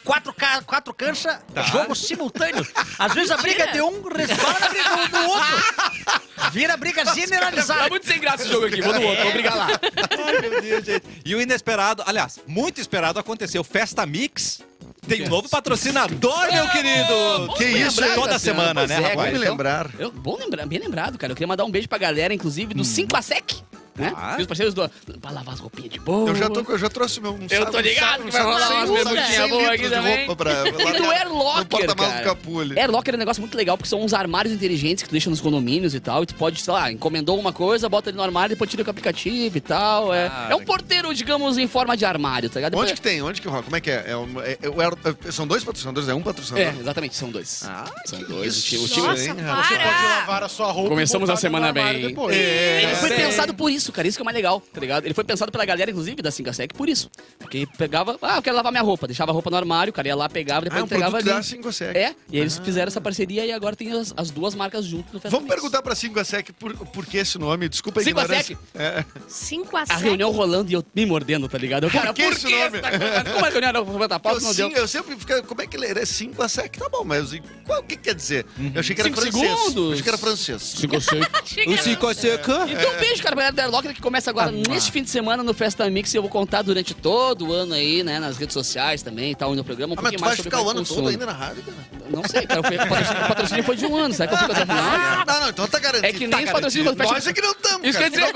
S5: Quatro, ca... quatro cancha, jogo simultâneo. Às vezes a briga de um resvala na briga do, do outro. Vira briga
S4: Tá
S5: generalizada.
S4: muito sem graça esse jogo aqui. Vou no outro, vou brigar lá.
S3: Ai, meu Deus, gente. E o inesperado, aliás, muito esperado aconteceu. Festa Mix tem um novo patrocinador, meu querido.
S2: Que isso, hein?
S3: Toda semana, né,
S4: Pois é,
S2: Vamos
S3: rapaz?
S2: me lembrar.
S4: Eu, bom lembrar, bem lembrado, cara. Eu queria mandar um beijo pra galera, inclusive, do 5 a Sec. Né?
S3: Ah.
S4: E os parceiros do. Pra lavar as roupinhas de boa.
S2: Eu já, tô, eu já trouxe meu... Um
S4: Eu tô ligado que vai rolar
S6: umas bermudinhas
S4: boas aqui também.
S2: roupa pra...
S4: E do Air Locker,
S2: No porta-malas do
S4: cara.
S2: Capu ali.
S4: Airlocker é um negócio muito legal, porque são uns armários inteligentes que tu deixa nos condomínios e tal. E tu pode, sei lá, encomendou uma coisa, bota ele no armário, depois tira com o aplicativo e tal. É,
S3: Cara,
S4: é um porteiro, digamos, em forma de armário, tá ligado?
S2: Onde que
S4: Depois-
S2: tem? Onde que rola? Como é que é? É um- é- é- o Air- é- são dois patrocinadores? É um patrocinador?
S4: É, exatamente, são dois.
S2: Ah,
S4: são
S2: que
S4: dois. O time, o
S2: isso,
S4: time-
S6: Nossa,
S2: hein,
S7: Você pode
S6: para.
S7: lavar a sua roupa. e
S4: Começamos
S7: botar
S4: a semana
S7: no armário
S2: É.
S4: bem.
S7: É. Depois.
S2: Ah, um
S4: Ele foi
S3: Sim.
S4: pensado por isso, isso, cara. Isso que é mais legal, tá ligado? Ele foi pensado pela galera, inclusive, da Cingasec por isso. Porque pegava, ah, eu quero lavar minha roupa. Deixava a roupa no armário, o cara ia lá, pegava,
S2: Ah,
S4: depois
S2: é um
S4: entregava
S2: produto
S4: ali.
S2: da 5 Sec.
S4: É, e eles fizeram essa parceria e agora tem as, as duas marcas junto no Festa
S2: Vamos
S4: Mix.
S2: perguntar pra 5 Sec por, por que esse nome. Desculpa a
S4: Cinco a
S2: ignorância.
S4: Sec?
S2: É.
S6: Cinco a
S4: A
S6: sete.
S4: reunião rolando e eu me mordendo, tá ligado? Eu, cara,
S2: que
S4: por
S2: esse
S4: que
S2: nome?
S4: essa coisa? Como a reunião era pra botar
S2: Eu,
S4: pauta, não deu?
S2: sim, eu sempre fico, como é que ele era 5 a sec? Tá bom, mas e qual, o que que quer dizer? Eu achei que era
S4: Cinco
S2: francês. Eu
S4: segundos. Um
S2: achei que era francês.
S4: Se gostei.
S6: Chega, né?
S4: Então, um beijo, cara, pra galera da Airlocker que começa agora neste fim de semana no Festa Mix. E eu vou contar durante todo o ano aí, né? Nas redes sociais também e tal, e no programa. Um
S2: Ah, mas
S4: pouquinho
S2: tu vai
S4: mais sobre
S2: ficar o
S4: como é
S2: ano
S4: que
S2: todo
S4: funciona.
S2: ainda na rádio, cara?
S4: Não sei, cara. foi- O patrocínio, o patrocínio foi de um ano, sabe? Quando fica até o final?
S2: Ah, não, não, então tá garantido.
S4: É que nem
S2: tá
S4: os patrocínios
S2: garantido.
S4: quando fecha-
S2: Nós é que não estamos,
S4: Isso quer dizer,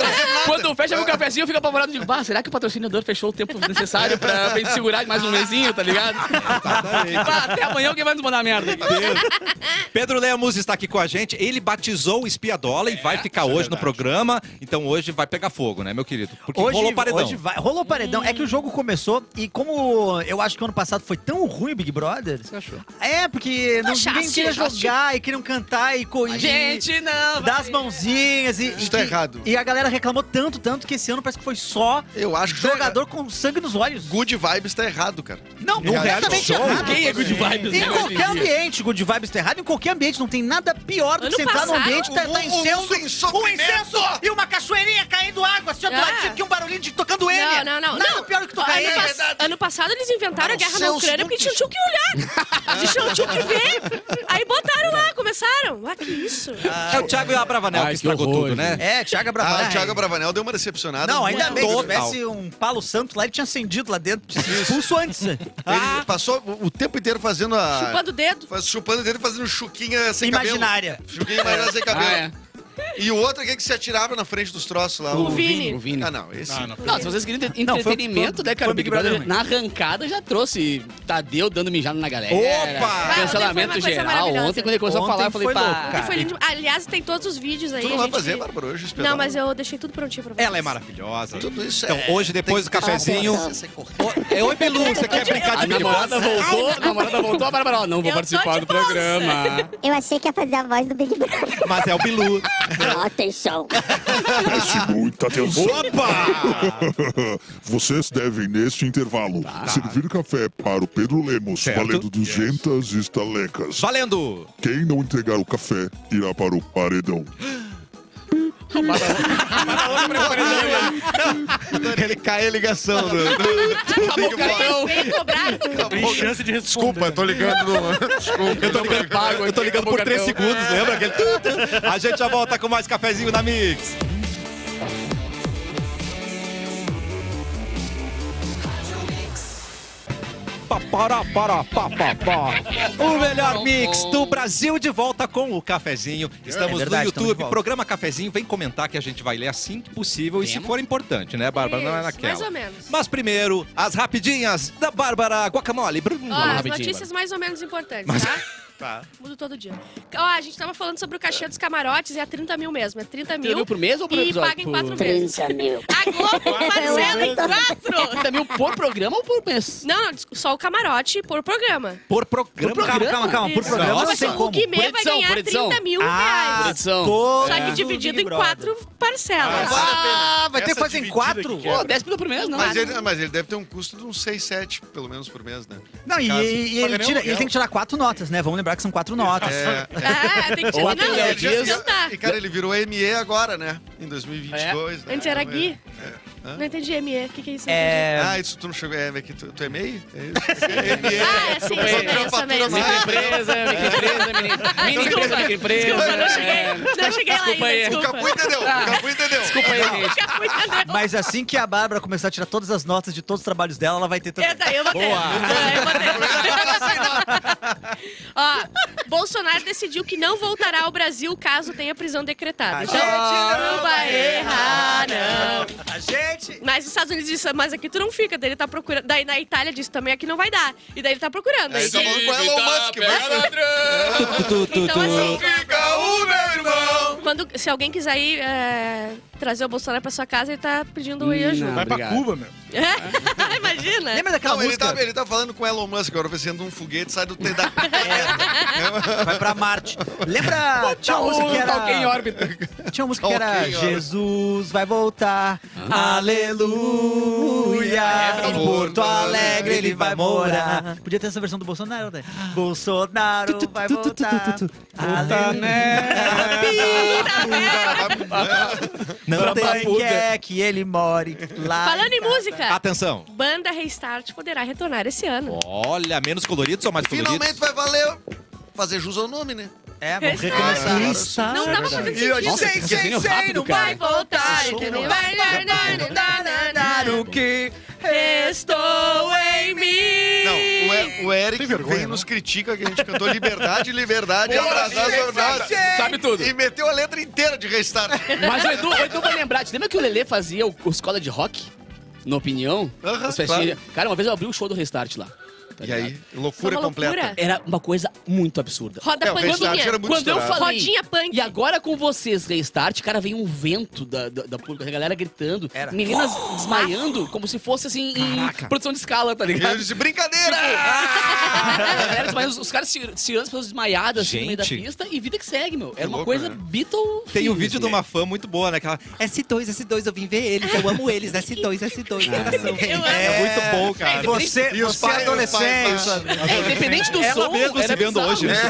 S4: quando fecha meu cafezinho, eu fico apavorado e digo, bah, será que o patrocinador fechou o tempo necessário pra, pra gente segurar mais um mesinho, tá ligado? Bah, até amanhã alguém vai nos mandar merda. aqui.
S3: Pedro Lemos está aqui com a gente. Ele batizou o Espiadola e vai ficar hoje no programa. Então hoje vai pegar fogo, né, meu querido? Porque rolou paredão.
S5: hoje vai- rolou paredão. É que o jogo começou e como eu acho que o ano passado foi tão ruim o Big Brother...
S3: Você achou?
S5: É, porque não,
S6: Achaste,
S5: ninguém queria
S6: achaste.
S5: jogar e queriam cantar e
S4: A
S5: correr.
S4: gente não vai-
S5: Das mãozinhas e.
S2: Isso
S5: e
S2: tá
S5: que-
S2: errado.
S5: E a galera reclamou tanto, tanto que esse ano parece que foi só
S2: Eu acho que tá
S5: jogador com sangue nos olhos.
S2: Good vibes tá errado, cara.
S5: Não,
S2: Reality
S5: completamente
S2: show?
S5: errado.
S4: Quem é good vibes, né,
S5: Em
S4: hoje em
S5: qualquer
S4: dia?
S5: ambiente, good vibes tá errado. Em qualquer ambiente, não tem nada pior do que
S6: Ano
S5: sentar num
S6: passado,
S5: ambiente, tá,
S2: o mundo-
S5: tá
S2: o
S5: incenso,
S2: mundo em
S5: um
S2: sofrimento.
S5: incenso e uma cachoeirinha caindo água, assim, ó, do
S6: Ah.
S5: ladinho, que um barulhinho de tocando ele.
S6: Não, não, não.
S5: Nada
S6: não. é
S5: pior do que tocar
S6: ano,
S5: ele.
S6: pas- ano passado eles inventaram a
S2: Não,
S6: guerra na
S2: seus
S6: Ucrânia porque a gente não tinha o que olhar. A gente não tinha o que ver. Aí botaram lá, começaram. Ah, que isso.
S3: É o Thiago e a Bravanel
S4: Ai,
S3: que
S4: que
S3: estragou
S4: horror,
S3: tudo, né?
S5: É, Thiago
S2: Ah,
S5: Bravanel.
S2: o Thiago Bravanel deu uma decepcionada.
S5: Não, ainda
S2: muito
S5: bem que se
S3: Total.
S5: tivesse um palo santo lá, ele tinha acendido lá dentro, tinha sido expulso antes. Ah.
S2: Ele passou o tempo inteiro fazendo a.
S6: Chupando o dedo.
S2: faz- Chupando dele, fazendo chuquinha sem
S5: Imaginária.
S2: cabelo. Chuquinha imaginária sem cabelo.
S4: Ah, é.
S2: E o outro aqui que se atirava na frente dos troços lá.
S6: O Vini.
S4: O Vini.
S2: Ah, não, esse.
S3: É,
S7: Não, não.
S4: Não, se vocês queriam entre-
S5: Não, foi-
S4: entretenimento,
S5: foi-
S4: né, cara?
S5: foi
S4: O Big
S5: Big Brother
S4: Brother, na arrancada, já trouxe Tadeu dando mijado na galera.
S5: Opa!
S6: Vai, ontem foi uma
S4: Cancelamento
S6: coisa
S4: geral.
S6: maravilhosa.
S4: Ontem, quando ele começou
S5: Ontem
S4: a falar, eu falei,
S5: foi
S4: pá...
S5: louco, cara.
S6: E foi lindo. Aliás, tem todos os vídeos aí.
S2: Tu não
S6: a
S2: vai
S6: gente-
S2: fazer, Bárbara, hoje? espetacular.
S6: Não, mas eu deixei tudo prontinho pra vocês.
S3: Ela é maravilhosa.
S2: Tudo isso
S3: Então,
S2: é...
S3: hoje, depois do cafezinho. O- É, oi, Belu, você quer brincar
S4: A
S3: de Big Brother?
S4: namorada voltou, a namorada voltou, a Bárbara, ó, não vou
S6: Eu tô
S4: participar do
S6: de bolsa.
S4: programa.
S1: Eu achei que ia fazer a voz do Big Brother.
S3: Mas é o Bilu.
S1: Atenção.
S8: Preste muita atenção.
S3: Opa!
S8: Vocês devem, neste intervalo, servir café para o Pedro Lemos,
S3: Certo.
S8: valendo 200 estalecas.
S3: Valendo!
S8: Quem não entregar o café, irá para o paredão.
S2: Ele cai a ligação. do-
S6: Ah, tá
S4: Acabou o cartão.
S6: Vem cobrar.
S7: Tem chance de responder.
S2: Desculpa, tô ligando no... Desculpa.
S3: Eu tô ligando,
S4: pago
S3: eu tô
S4: aqui,
S3: ligando
S4: acabou
S3: por 3
S4: o
S3: segundos, lembra? Aquele tu, tu. A gente já volta com mais cafezinho na Mix. Para, para, pa, pa, pa. O melhor mix do Brasil de volta com o cafezinho. Estamos
S5: verdade,
S3: no
S5: estamos de
S3: YouTube,
S5: volta.
S3: programa Cafezinho. Vem comentar que a gente vai ler assim que possível e se for importante, né, Bárbara? Não é
S6: Isso,
S3: naquela.
S6: mais ou menos.
S3: Mas primeiro, as rapidinhas da Bárbara Guacamole. Brum.
S6: Ó,
S4: lá,
S6: as
S4: rapidinho,
S6: notícias mais ou menos importantes, tá?
S3: Tá.
S6: Mudo todo dia. Ó, a gente tava falando sobre o cachê dos camarotes, é a 30 mil mesmo. É 30 mil.
S4: 30 mil por mês ou por
S6: E
S4: episódio?
S6: paga em
S4: Por-
S6: 4 meses.
S1: 30 mil.
S6: A Globo parcela em 4!
S4: 30 mil um por programa ou por mês?
S6: Não, não, só o camarote por programa.
S3: Por programa.
S5: Calma, calma, calma. Por
S6: Isso.
S5: programa
S6: Tipo
S5: não
S6: assim,
S5: tem
S6: o
S5: como.
S6: Guimê
S4: Por
S6: vai
S4: edição,
S6: ganhar
S4: por edição.
S6: 30 mil
S5: Ah,
S6: reais.
S4: Edição.
S5: todo
S6: Só que
S5: do
S6: dividido
S5: Big
S6: em
S5: Brother.
S6: quatro parcelas.
S5: Ah, vai ter que
S7: Essa
S5: fazer em
S7: dividida
S5: quatro?
S7: que
S4: Pô, 10 mil por mês, não.
S2: Mas ele, mas ele deve ter um custo de uns 6, 7, pelo menos, por mês, né?
S5: Não, e,
S2: Caso.
S5: e- e
S7: Pra
S5: ele,
S7: ganhar um
S5: tira-
S7: aluguel.
S5: ele tem que tirar quatro notas, né? Vamos lembrar que são quatro notas.
S2: É,
S6: Ah, tem que
S4: Ou
S6: tirar.
S4: até
S6: Não,
S4: Léo
S6: tem que
S4: Dias.
S6: tentar.
S2: E, cara, ele virou ME agora, né? Em 2022. né?
S6: É. Antes era
S2: Então,
S6: Gui.
S2: Hã?
S6: Não entendi, ME. O que, que é isso?
S5: É,
S2: Ah, isso tu não chegou. É, que tu, tu é MEI? É isso? É ME.
S6: Ah, é
S2: Tu
S6: sim, eu sou
S2: entrou
S6: MEI, eu sou
S2: fatura
S6: MEI.
S2: mais.
S4: Microempresa, microempresa, mini- mini empresa, microempresa.
S6: Desculpa, não cheguei,
S4: é.
S6: não cheguei lá
S4: Desculpa aí.
S6: ainda,
S2: O Capu
S6: desculpa.
S2: entendeu. O Capu entendeu.
S4: Desculpa aí, gente.
S6: Capu entendeu.
S5: mas assim que a Bárbara começar a tirar todas as notas de todos os trabalhos dela, ela vai ter também.
S6: Eu, tá, eu vou ter. Eu vou ter. Ó, Bolsonaro decidiu que não voltará ao Brasil caso tenha prisão decretada. Então, não vai errar, não.
S5: A gente...
S6: Mas os Estados Unidos disse, mas aqui tu não fica. Daí ele tá procurando. Daí na Itália disse também aqui não vai dar. E daí ele tá procurando.
S2: Aí
S6: Aí,
S2: tá falando com o Elon Musk. vai-
S3: Tu, tu, tu,
S6: Então,
S3: tu.
S6: assim,
S2: Fica o meu irmão.
S6: quando, se alguém quiser ir é, trazer o Bolsonaro pra sua casa, ele tá pedindo aí
S4: Não.
S7: Vai
S6: ajuda.
S7: pra
S4: Obrigado.
S7: Cuba, meu.
S6: É, imagina.
S5: Lembra daquela
S2: Não, ele
S5: música?
S2: tá, ele tá falando com o Elon Musk agora, oferecendo um foguete, sai do... Da...
S5: Vai pra Marte. Lembra? Tinha uma música que era...
S4: Alguém em órbita.
S5: Tinha uma música que era
S2: Alguém em órbita.
S5: Jesus vai voltar, aleluia,
S2: É,
S5: em
S2: tá
S5: Porto
S2: bom.
S5: Alegre ele vai morar. Podia ter essa versão do Bolsonaro, né? Bolsonaro vai voltar, aleluia,
S2: tá
S3: Não,
S5: quem quer que ele more lá.
S6: Falando em música,
S3: Atenção.
S6: banda Restart poderá retornar esse ano.
S3: Olha, menos coloridos ou mais
S2: Finalmente
S3: coloridos?
S2: vai valer... Fazer jus ao nome, né?
S5: É, vamos recomeçar.
S2: Ah,
S6: Não tava fazendo sentido.
S3: Nossa, que raciocínio rápido, cara.
S6: voltar,
S2: um
S6: entendeu? Vai, vai, vai, vai, vai, vai, vai.
S4: O que?
S6: Estou em mim. é
S2: Não, é o, E- o Eric
S7: Tem vergonha,
S2: vem e
S7: não?
S2: nos critica que a gente cantou Liberdade, Liberdade, abraçar a jornada.
S4: Sabe é tudo.
S2: E meteu a letra inteira de restart.
S4: Mas o Edu, o Edu vai lembrar. Você lembra que o Lelê fazia o, o Escola de Rock? Na opinião?
S2: Aham,
S4: As festinhas- Cara, uma vez eu abri um show do Restart lá. tá
S2: E
S4: ligado?
S2: aí, loucura
S6: Foi uma
S2: completa.
S6: loucura.
S4: Era uma coisa muito absurda.
S6: Roda
S2: É, o Restart
S6: panquinha.
S2: era muito
S4: Quando eu
S2: estourado.
S4: falei.
S6: Rodinha punk.
S4: E agora com vocês, Restart, cara, vem um vento da, da, da pública, a galera gritando,
S5: Era.
S4: meninas desmaiando, como se fosse assim em produção de escala, tá
S2: E eu
S4: ligado? Tipo,
S2: disse, brincadeira!
S4: A galera desmaiando, os, os caras tir- tirando as pessoas desmaiadas assim, no meio da
S3: Gente.
S4: pista e vida que segue, meu. Era uma
S2: louco,
S4: coisa
S2: né?
S4: Beatle.
S3: Tem um
S4: filme,
S3: vídeo
S4: assim.
S3: de uma fã muito boa, né? Que ela-
S9: S2, S2, eu vim ver eles, eu amo eles, S2, S2, coração.
S6: Eu amo.
S3: É muito bom, cara.
S5: Você,
S2: E os
S5: você
S2: pais- os
S5: adolescente,
S2: pais-
S4: É, independente do
S3: Ela
S4: som,
S3: mesma
S4: era
S3: se vendo
S4: bizarro.
S3: hoje. né?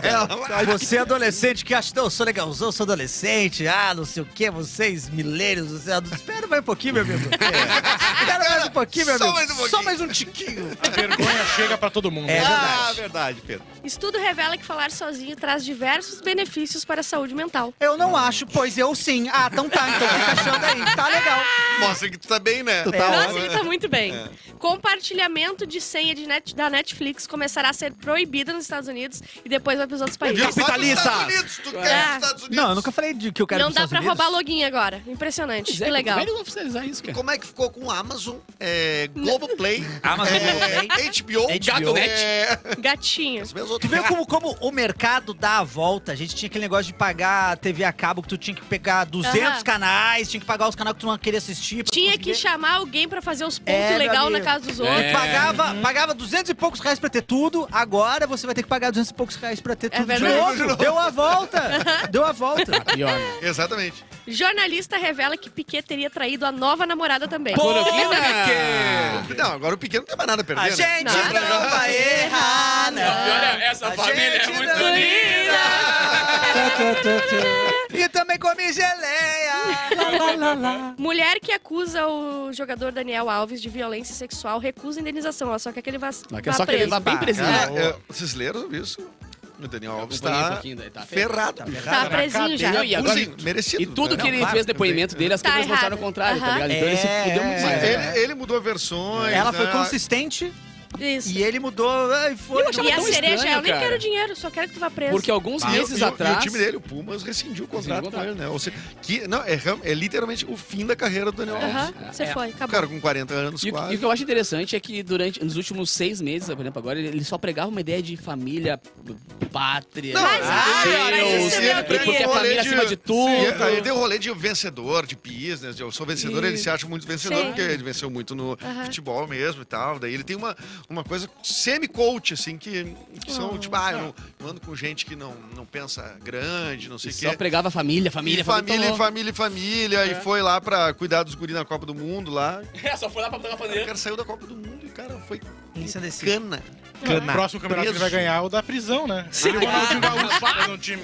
S5: É. você adolescente que acha, não, eu sou legalzão, eu sou adolescente, ah, não sei o que, vocês milênios, você... espera mais um pouquinho, meu amigo. Espera mais um pouquinho, meu
S2: Só
S5: amigo.
S2: mais um
S5: Só
S2: pouquinho.
S5: mais um tiquinho.
S7: A vergonha chega pra todo mundo.
S5: É verdade.
S2: Ah, verdade, Pedro.
S6: Estudo revela que falar sozinho traz diversos benefícios para a saúde mental.
S5: Eu não acho, pois eu sim. Ah, então tá, então fica achando aí. Tá legal.
S2: Mostra que tu tá É. bem, né?
S5: tá
S6: Nossa, ele tá muito bem. Compartilhamento de senha de net- da Netflix começará a ser proibido nos Estados Unidos e depois vai para os outros países.
S2: Viu? Vai pros
S3: Capitalista.
S2: Tá Estados Unidos, tu quer ir
S6: É.
S2: pros Estados Unidos.
S5: Não, eu nunca falei de que eu quero
S6: Não dá pra roubar login agora. Impressionante.
S4: Pois é,
S6: que legal.
S4: Como é que vão oficializar isso, cara?
S2: Como é que ficou com Amazon, é, Globoplay,
S5: Amazon,
S2: é, HBO,
S4: Gato.net.
S2: é,
S6: Gatinho.
S2: as mesmas outras-
S5: Tu vê como, como o mercado dá a volta? A gente tinha aquele negócio de pagar TV a cabo, que tu tinha que pegar 200
S6: Aham.
S5: canais, tinha que pagar os canais que tu não queria assistir. pra
S6: Tinha que
S5: conseguir.
S6: chamar alguém pra fazer os pontos
S5: É, meu
S6: legal na
S5: amigo.
S6: casa dos
S5: Tu
S6: outros.
S4: É.
S5: Pagava, pagava 200 e poucos reais pra ter tudo, agora você vai ter que pagar 200 e poucos reais pra ter
S6: É
S5: tudo de
S6: verdade.
S5: novo. Deu a volta! Deu a volta.
S4: Pior.
S2: Exatamente.
S6: Jornalista revela que Piquet teria traído a nova namorada também.
S4: Cloroquina!
S2: Não, agora o pequeno não tem mais nada a perder,
S5: A
S2: né?
S5: Ah, gente
S6: Não.
S5: não vai errar, não.
S4: essa
S5: A gente não E também comi geleia.
S6: Mulher que acusa o jogador Daniel Alves de violência sexual recusa indenização. Ó, só que aquele vai.
S4: Só que ele tá bem
S5: Tá.
S4: presinho.
S2: Cara, é, vocês leram isso? O Daniel Alves
S4: acompanhei um
S2: tá
S4: pouquinho daí, tá feio.
S2: ferrado.
S6: Tá presinho já.
S4: Não, e agora-
S2: Assim, merecido.
S4: E tudo
S2: né?
S4: que ele
S5: claro,
S4: fez depoimento dele, as
S6: Tá
S4: câmeras mostraram o
S6: errado.
S4: contrário, tá
S6: Aham.
S4: ligado? Então ele se
S5: É,
S4: fudeu muito
S5: é.
S4: mais.
S2: Ele,
S4: né?
S2: ele mudou versões.
S5: Ela foi
S2: né?
S5: consistente
S6: Isso.
S5: e é ele mudou. ai, foi,
S4: Eu achava
S6: E a
S4: tão
S6: cereja, é,
S4: estranho,
S6: eu nem
S4: cara.
S6: quero dinheiro, só quero que tu vá preso.
S4: Porque alguns
S2: Ah,
S4: meses
S2: e o-
S4: atrás.
S2: E o time dele, o Pumas, rescindiu o contrato
S4: Rescindiu o
S2: com
S4: contrato.
S2: ele, né? Ou seja, que, não, é, real- é literalmente o fim da carreira do Daniel Alves.
S6: Aham,
S4: É.
S6: você foi,
S5: tá
S2: O
S6: acabou.
S2: cara com 40 anos,
S4: E, o-
S2: quase.
S4: e o que eu acho interessante é que durante nos últimos seis meses, por exemplo, agora, ele- ele só pregava uma ideia de família, pátria,
S2: Não, é,
S6: Mas, ah,
S4: Deus,
S6: mas isso é meu
S4: e porque a
S6: querido.
S4: família acima de tudo.
S2: um Sim, é, ele deu rolê de vencedor, de business, de eu sou vencedor, ele se acha muito vencedor,
S6: Sim.
S2: porque ele venceu muito no
S6: Aham.
S2: futebol mesmo e tal. Daí ele tem uma, uma coisa semi-coach, assim, que, que são, tipo, ah, eu, não- eu ando com gente que não, não pensa grande, não sei
S4: E
S2: o
S4: só
S2: quê.
S4: pregava família, família,
S2: E família, e
S4: então-
S2: família, e família, e foi lá pra cuidar dos guri na Copa do Mundo lá.
S4: É, só foi lá pra pegar a
S2: O
S4: bandeira.
S2: cara saiu da Copa do Mundo e o cara foi
S5: Ensandecido.
S2: cana.
S7: O próximo campeonato que ele vai ganhar é o da prisão, né? Sim. o Ronaldinho Gaúcho no time.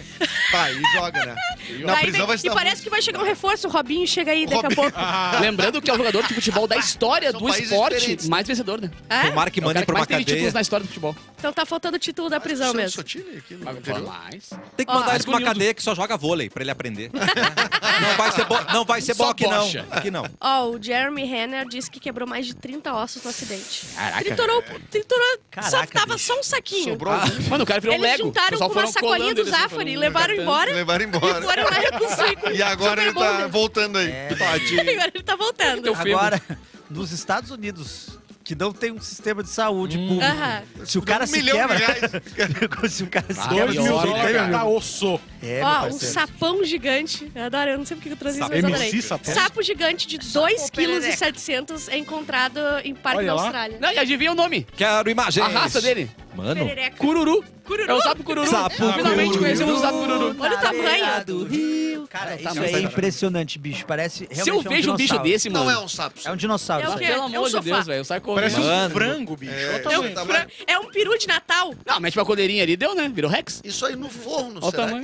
S2: Tá, e joga, né? Na
S6: Daí
S2: prisão
S6: vem-
S2: vai se
S6: e
S2: dar
S6: parece que vai chegar um reforço, o Robinho chega aí daqui a pouco.
S7: Ah,
S4: Lembrando que é o jogador de futebol da história
S2: São
S4: do
S2: países
S4: esporte
S2: diferentes,
S4: mais vencedor, né?
S6: É?
S3: Tomara que
S4: É o
S3: mandem
S4: cara que
S3: pra uma
S4: mais teve títulos
S3: cadeia.
S4: na história do futebol.
S6: Então tá faltando o título da prisão
S2: Luciano
S6: mesmo.
S2: Sotile aqui no
S4: Fala
S2: interior.
S4: mais.
S9: Tem que
S6: Ó,
S9: mandar
S3: Mas com uma cadeia que só joga vôlei, pra ele aprender. não vai ser bom, não vai ser bom
S4: Só
S3: aqui não.
S4: bocha.
S3: Aqui não.
S6: Ó, o Jeremy Renner disse que quebrou mais de 30 ossos no acidente. Caraca. Triturou, triturou só,
S5: Caraca,
S6: tava
S5: bicho.
S6: só um saquinho.
S2: Sobrou um.
S4: Mano, o cara virou um
S6: Eles
S4: Lego. O
S6: juntaram
S4: pessoal
S6: com uma
S4: foram
S6: sacolinha
S4: colando
S6: do
S4: eles, assim,
S6: Zafari,
S4: foram
S6: levaram
S4: catando.
S6: embora
S2: Levaram
S6: e
S2: embora.
S6: foram lá recusar.
S2: E agora ele tá voltando aí. Tadinho.
S6: Agora ele tá voltando.
S4: Teu fêmur.
S5: Agora, nos Estados Unidos, que não tem um sistema de saúde
S6: Aham.
S5: público. Se o cara
S2: um
S5: se
S2: milhão
S5: quebra,
S2: de reais.
S5: se o cara se
S7: Dois
S5: quebra,
S7: mil
S5: não tem
S7: dólares
S5: problema.
S7: tá osso.
S5: É, meu
S6: Ó, um
S5: parceiro.
S6: sapão gigante. Eu adoro, eu não sei porque que eu trouxe isso,
S3: Sapo.
S6: mas eu adorei.
S7: MC sapão.
S6: Sapo gigante de 2,7
S9: perereca.
S6: kg é encontrado em parque
S7: Olha
S6: da
S7: lá.
S6: Austrália.
S4: Não, e adivinha o nome?
S3: Quero imagens.
S4: A raça dele.
S3: Mano,
S6: Perereca.
S4: Cururu.
S6: Cururu.
S4: É o sapo cururu.
S3: Sapo
S4: Finalmente
S3: cururu.
S4: conhecemos o sapo cururu.
S6: Olha o tamanho.
S9: Do Rio.
S5: Cara, isso
S4: tamanho.
S5: é impressionante, bicho. Parece
S4: Se eu
S5: realmente é um
S4: vejo um bicho
S5: dinossauro.
S4: desse, mano.
S2: Não é um sapo.
S5: É um dinossauro.
S6: É o
S5: isso aí.
S6: quê?
S4: Pelo
S6: É um
S4: amor de
S6: sofá.
S4: Deus, velho. Sai correndo.
S7: Parece um
S3: Mano.
S7: frango, bicho. Olha o
S2: É,
S6: É
S7: tamanho.
S6: um, fran- é um peru de Natal.
S4: Não, mete uma coleirinha ali, deu, né? Virou Rex.
S2: Isso aí no forno,
S4: Olha o
S2: será?
S4: tamanho.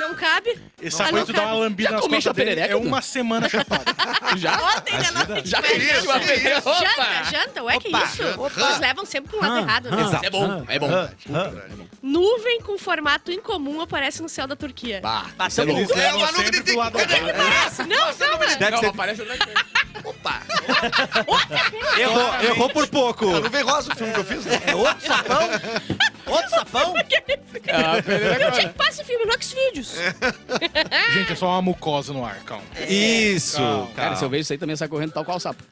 S6: Não cabe.
S7: Esse
S6: Olha
S7: sapo
S6: o
S7: tu dá
S6: cara.
S7: uma lambida
S4: Já
S7: nas
S4: comeu
S7: costas dele,
S4: perereca,
S7: é
S4: tu?
S7: uma semana chapada.
S4: Já?
S6: Ontem na noite.
S4: Já
S6: velho.
S4: comeu uma
S2: que
S4: perereca.
S2: isso?
S6: Janta,
S4: Opa!
S6: janta, ué, que
S2: Opa.
S6: isso?
S2: Opa.
S6: Vocês levam sempre pra um lado
S5: Ah,
S6: errado, né?
S4: É bom, é bom.
S6: Nuvem com formato incomum aparece no céu da Turquia.
S4: Bah, isso né? é
S5: Bateu
S4: louco.
S2: É uma nuvem
S7: sempre
S2: de
S7: do lado
S2: Cadê?
S6: Parece? Não, calma.
S3: deve
S4: Não,
S3: ser.
S4: aparece outra coisa.
S2: Opa!
S3: Errou, errou por pouco.
S2: A nuvem rosa o filme que eu fiz, né?
S5: É outro sapão? outro sapão?
S4: Ah, a perereca,
S6: Eu tinha que passar esse filme, não que os vídeos.
S7: Gente, é só uma mucosa no ar, calma.
S3: Isso.
S7: Calma.
S4: Cara, se eu vejo isso aí também sai correndo tal qual o sapo.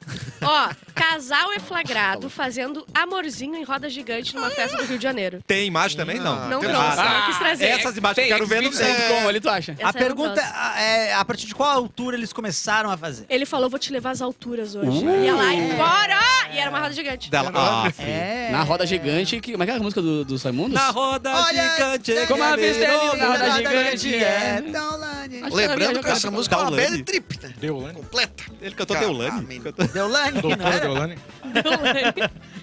S6: Ó, casal é flagrado fazendo amorzinho em roda gigante numa festa do Rio de Janeiro.
S3: Tem imagem também? Não.
S6: Não
S2: tem
S6: trouxe,
S3: nada.
S6: não quis trazer.
S3: Essas imagens que eu quero ver no
S4: Xvideos ponto com ali, tu acha?
S6: Essa
S5: A
S6: eu não
S5: pergunta
S6: trouxe.
S5: é a partir de qual altura eles começaram a fazer?
S6: Ele falou, vou te levar às alturas hoje.
S5: Uh!
S6: E ela, embora! E era uma roda gigante.
S3: dela. Ah,
S5: É.
S4: Na roda gigante, que... Como é que é a música do, do Raimundos?
S3: na roda gigante.
S4: como a vista é linda,
S3: virou
S4: roda
S3: uma
S4: gigante, é.
S5: Deolane.
S2: Lembrando que essa música é uma
S3: Deolane.
S2: bad trip, né?
S7: Deu, né?
S2: Completa.
S3: Ele cantou
S2: Cara,
S3: Deolane.
S2: amém.
S3: Cantou-
S5: Deolane, não
S7: Doutora
S5: era?
S7: Deolane.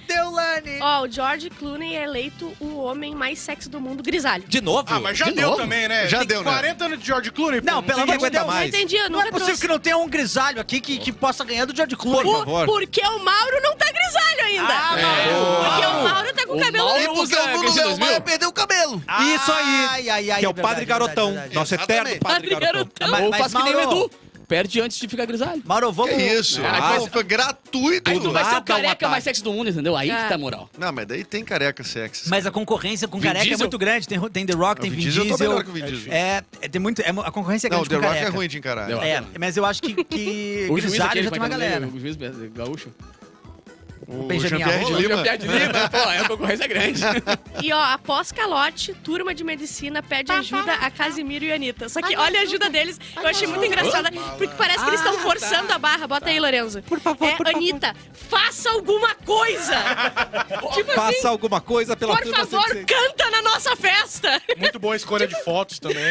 S5: Deolane.
S4: é
S6: Ó, o George Clooney é eleito o homem mais sexy do mundo, grisalho.
S3: De novo?
S7: Ah, mas já
S4: De
S7: deu
S4: novo?
S7: também, né?
S2: Já
S7: Tem
S2: deu, né?
S7: 40 anos de George Clooney, pô.
S5: Não, pelo amor de
S3: aguenta
S5: Deus.
S6: Não
S3: mais.
S6: entendi, eu
S5: Não
S6: nunca
S5: é possível que
S6: trouxe.
S5: não tenha um grisalho aqui que, que possa ganhar do George Clooney.
S3: Por favor.
S6: Porque o Mauro não tá grisalho ainda. Porque o Mauro tá com o
S4: O
S6: cabelo...
S4: Mauro-
S2: E porque
S4: usa
S2: o Bruno
S4: Cresce
S2: Léo
S4: 2000?
S2: Maia perdeu o cabelo.
S3: Isso aí.
S5: Ah, Ai, ai, ai,
S3: Que é o Padre
S5: verdade, verdade,
S3: Garotão.
S5: verdade.
S3: Nosso eterno
S2: Exatamente.
S3: Padre Garotão.
S5: Mas-
S4: Ou
S5: mas,
S4: faz que nem o
S5: Mauro-
S4: Edu. Perde antes de ficar grisalho.
S5: Mauro,
S2: Que
S5: vamos.
S2: isso?
S4: Cara,
S2: Ah,
S4: mas-
S2: foi gratuito. Ah,
S4: Aí tu vai ser
S3: dá
S4: o
S3: um
S4: careca
S3: ataque.
S4: mais sexy do mundo, entendeu? Aí que
S6: É.
S4: tá moral.
S2: Não, mas daí tem careca sexy.
S5: Mas a concorrência com
S4: Vin
S5: careca é
S4: Diesel?
S5: muito grande. Tem, tem The Rock, tem
S2: O
S5: Vin
S2: Vin Diesel tá
S5: Diesel.
S2: melhor que o Vin Diesel.
S5: É, é, tem muito, é, a concorrência é
S2: Não, o
S5: grande
S2: The
S5: com
S2: Rock
S5: careca.
S2: é ruim de encarar.
S4: Deu.
S5: É, mas eu acho que, que
S4: O juiz
S5: grisalho
S4: aquele
S5: já
S4: que
S5: tem
S4: vai
S5: uma
S4: fazer-
S5: galera.
S4: O juiz gaúcho.
S2: O
S5: Benjamin
S2: Jean-Pierre de
S5: Arrola,
S2: Lima.
S4: Jean-Pierre de Lima. Pô, é uma concorrência grande.
S6: E ó, após calote, turma de medicina pede ajuda a Casimiro e Anitta. Só que olha a ajuda deles, eu achei muito engraçada, porque parece que eles estão forçando a barra. Bota aí, Lorenzo. Ah, tá. Por favor, é, Anitta, faça alguma coisa! tipo assim,
S3: Faça alguma coisa pela
S6: por
S3: turma assim,
S6: favor,
S3: 106.
S6: canta na nossa festa!
S7: Muito boa a escolha de fotos também.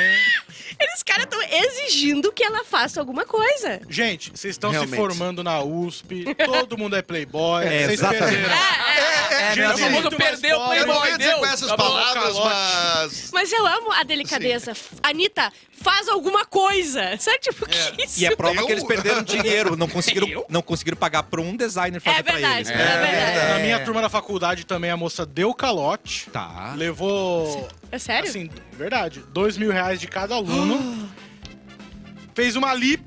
S6: Eles, cara, estão exigindo que ela faça alguma coisa.
S7: Gente, vocês estão se
S2: Realmente.
S7: formando na USP, todo mundo é playboy,
S3: É,
S7: vocês
S3: exatamente.
S7: perderam.
S6: Ah,
S2: É,
S5: meu
S7: Gente,
S5: amigo.
S7: muito
S4: Famoso
S7: mais
S4: perdeu o
S7: pobre.
S2: Eu não
S4: Playboy,
S2: ia dizer
S4: deu.
S2: com essas
S4: Tá bom,
S2: palavras,
S7: calote.
S2: mas...
S6: Mas eu amo a delicadeza. Anitta, faz alguma coisa! Sabe, tipo, que isso?
S3: E é prova
S2: Eu?
S3: que eles perderam dinheiro, não conseguiram, não conseguiram pagar pra um designer fazer
S6: É
S3: pra
S6: verdade,
S3: eles.
S6: é,
S3: né?
S6: verdade.
S7: Na minha turma da faculdade também a moça deu calote.
S3: Tá.
S7: Levou.
S6: É sério?
S7: Assim, verdade. Dois mil reais de cada aluno. fez uma lip,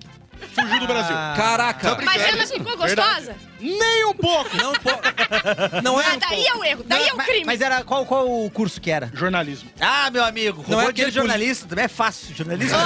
S3: Ah.
S7: fugiu do Brasil.
S3: Caraca.
S6: Mas ela ficou gostosa?
S7: Nem um pouco!
S3: Não, po- não é
S6: Ah,
S5: tá
S6: daí é o erro, daí é o
S5: um mas,
S6: crime.
S5: mas era qual, qual o curso que era?
S7: Jornalismo.
S5: Ah, meu amigo,
S3: Não
S5: roubou
S3: é
S5: não
S3: aquele
S5: de jornalista, também é fácil. Jornalista.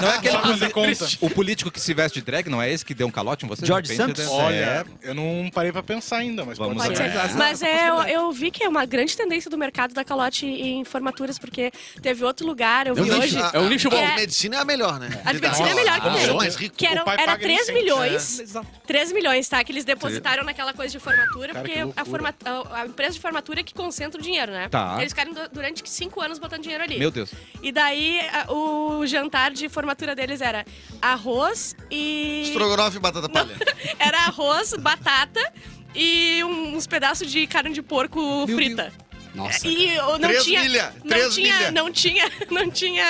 S3: não é aquele
S7: Só fazer conta.
S3: o político que se veste de drag, não é esse que deu um calote em você?
S5: George
S3: De repente,
S5: Santos?
S3: né?
S7: Olha, eu não parei pra pensar ainda, mas
S3: Vamos
S6: Pode
S7: pode
S6: ser.
S7: ser.
S6: Mas é, eu, eu vi que é uma grande tendência do mercado da calote em formaturas, porque teve outro lugar, eu
S4: É um
S6: vi hoje.
S4: lixo, é um lixo
S6: que
S4: bom.
S6: é-
S2: A medicina é a melhor, né?
S6: A medicina é melhor que
S2: Nossa,
S6: tem.
S2: é mais rico.
S6: Que eram,
S7: O pai
S6: era
S7: paga
S6: 3
S7: inocente,
S6: milhões. 3 milhões, tá? Que eles depositaram naquela coisa de formatura,
S7: Cara, que
S6: porque a,
S7: loucura.
S6: forma- a- a empresa de formatura é que concentra o dinheiro, né?
S3: Tá.
S6: Eles ficaram du- durante 5 anos botando dinheiro ali.
S3: É. Meu Deus.
S6: E daí a- o jantar de formatura deles era arroz e.
S2: Estrogonofe e batata palha.
S6: Era arroz, batata e um- uns pedaços de carne de porco frita.
S4: Nossa.
S6: E eu não
S2: Três
S6: tinha,
S2: milha,
S6: não
S2: três
S6: tinha,
S2: milha.
S6: não tinha, não tinha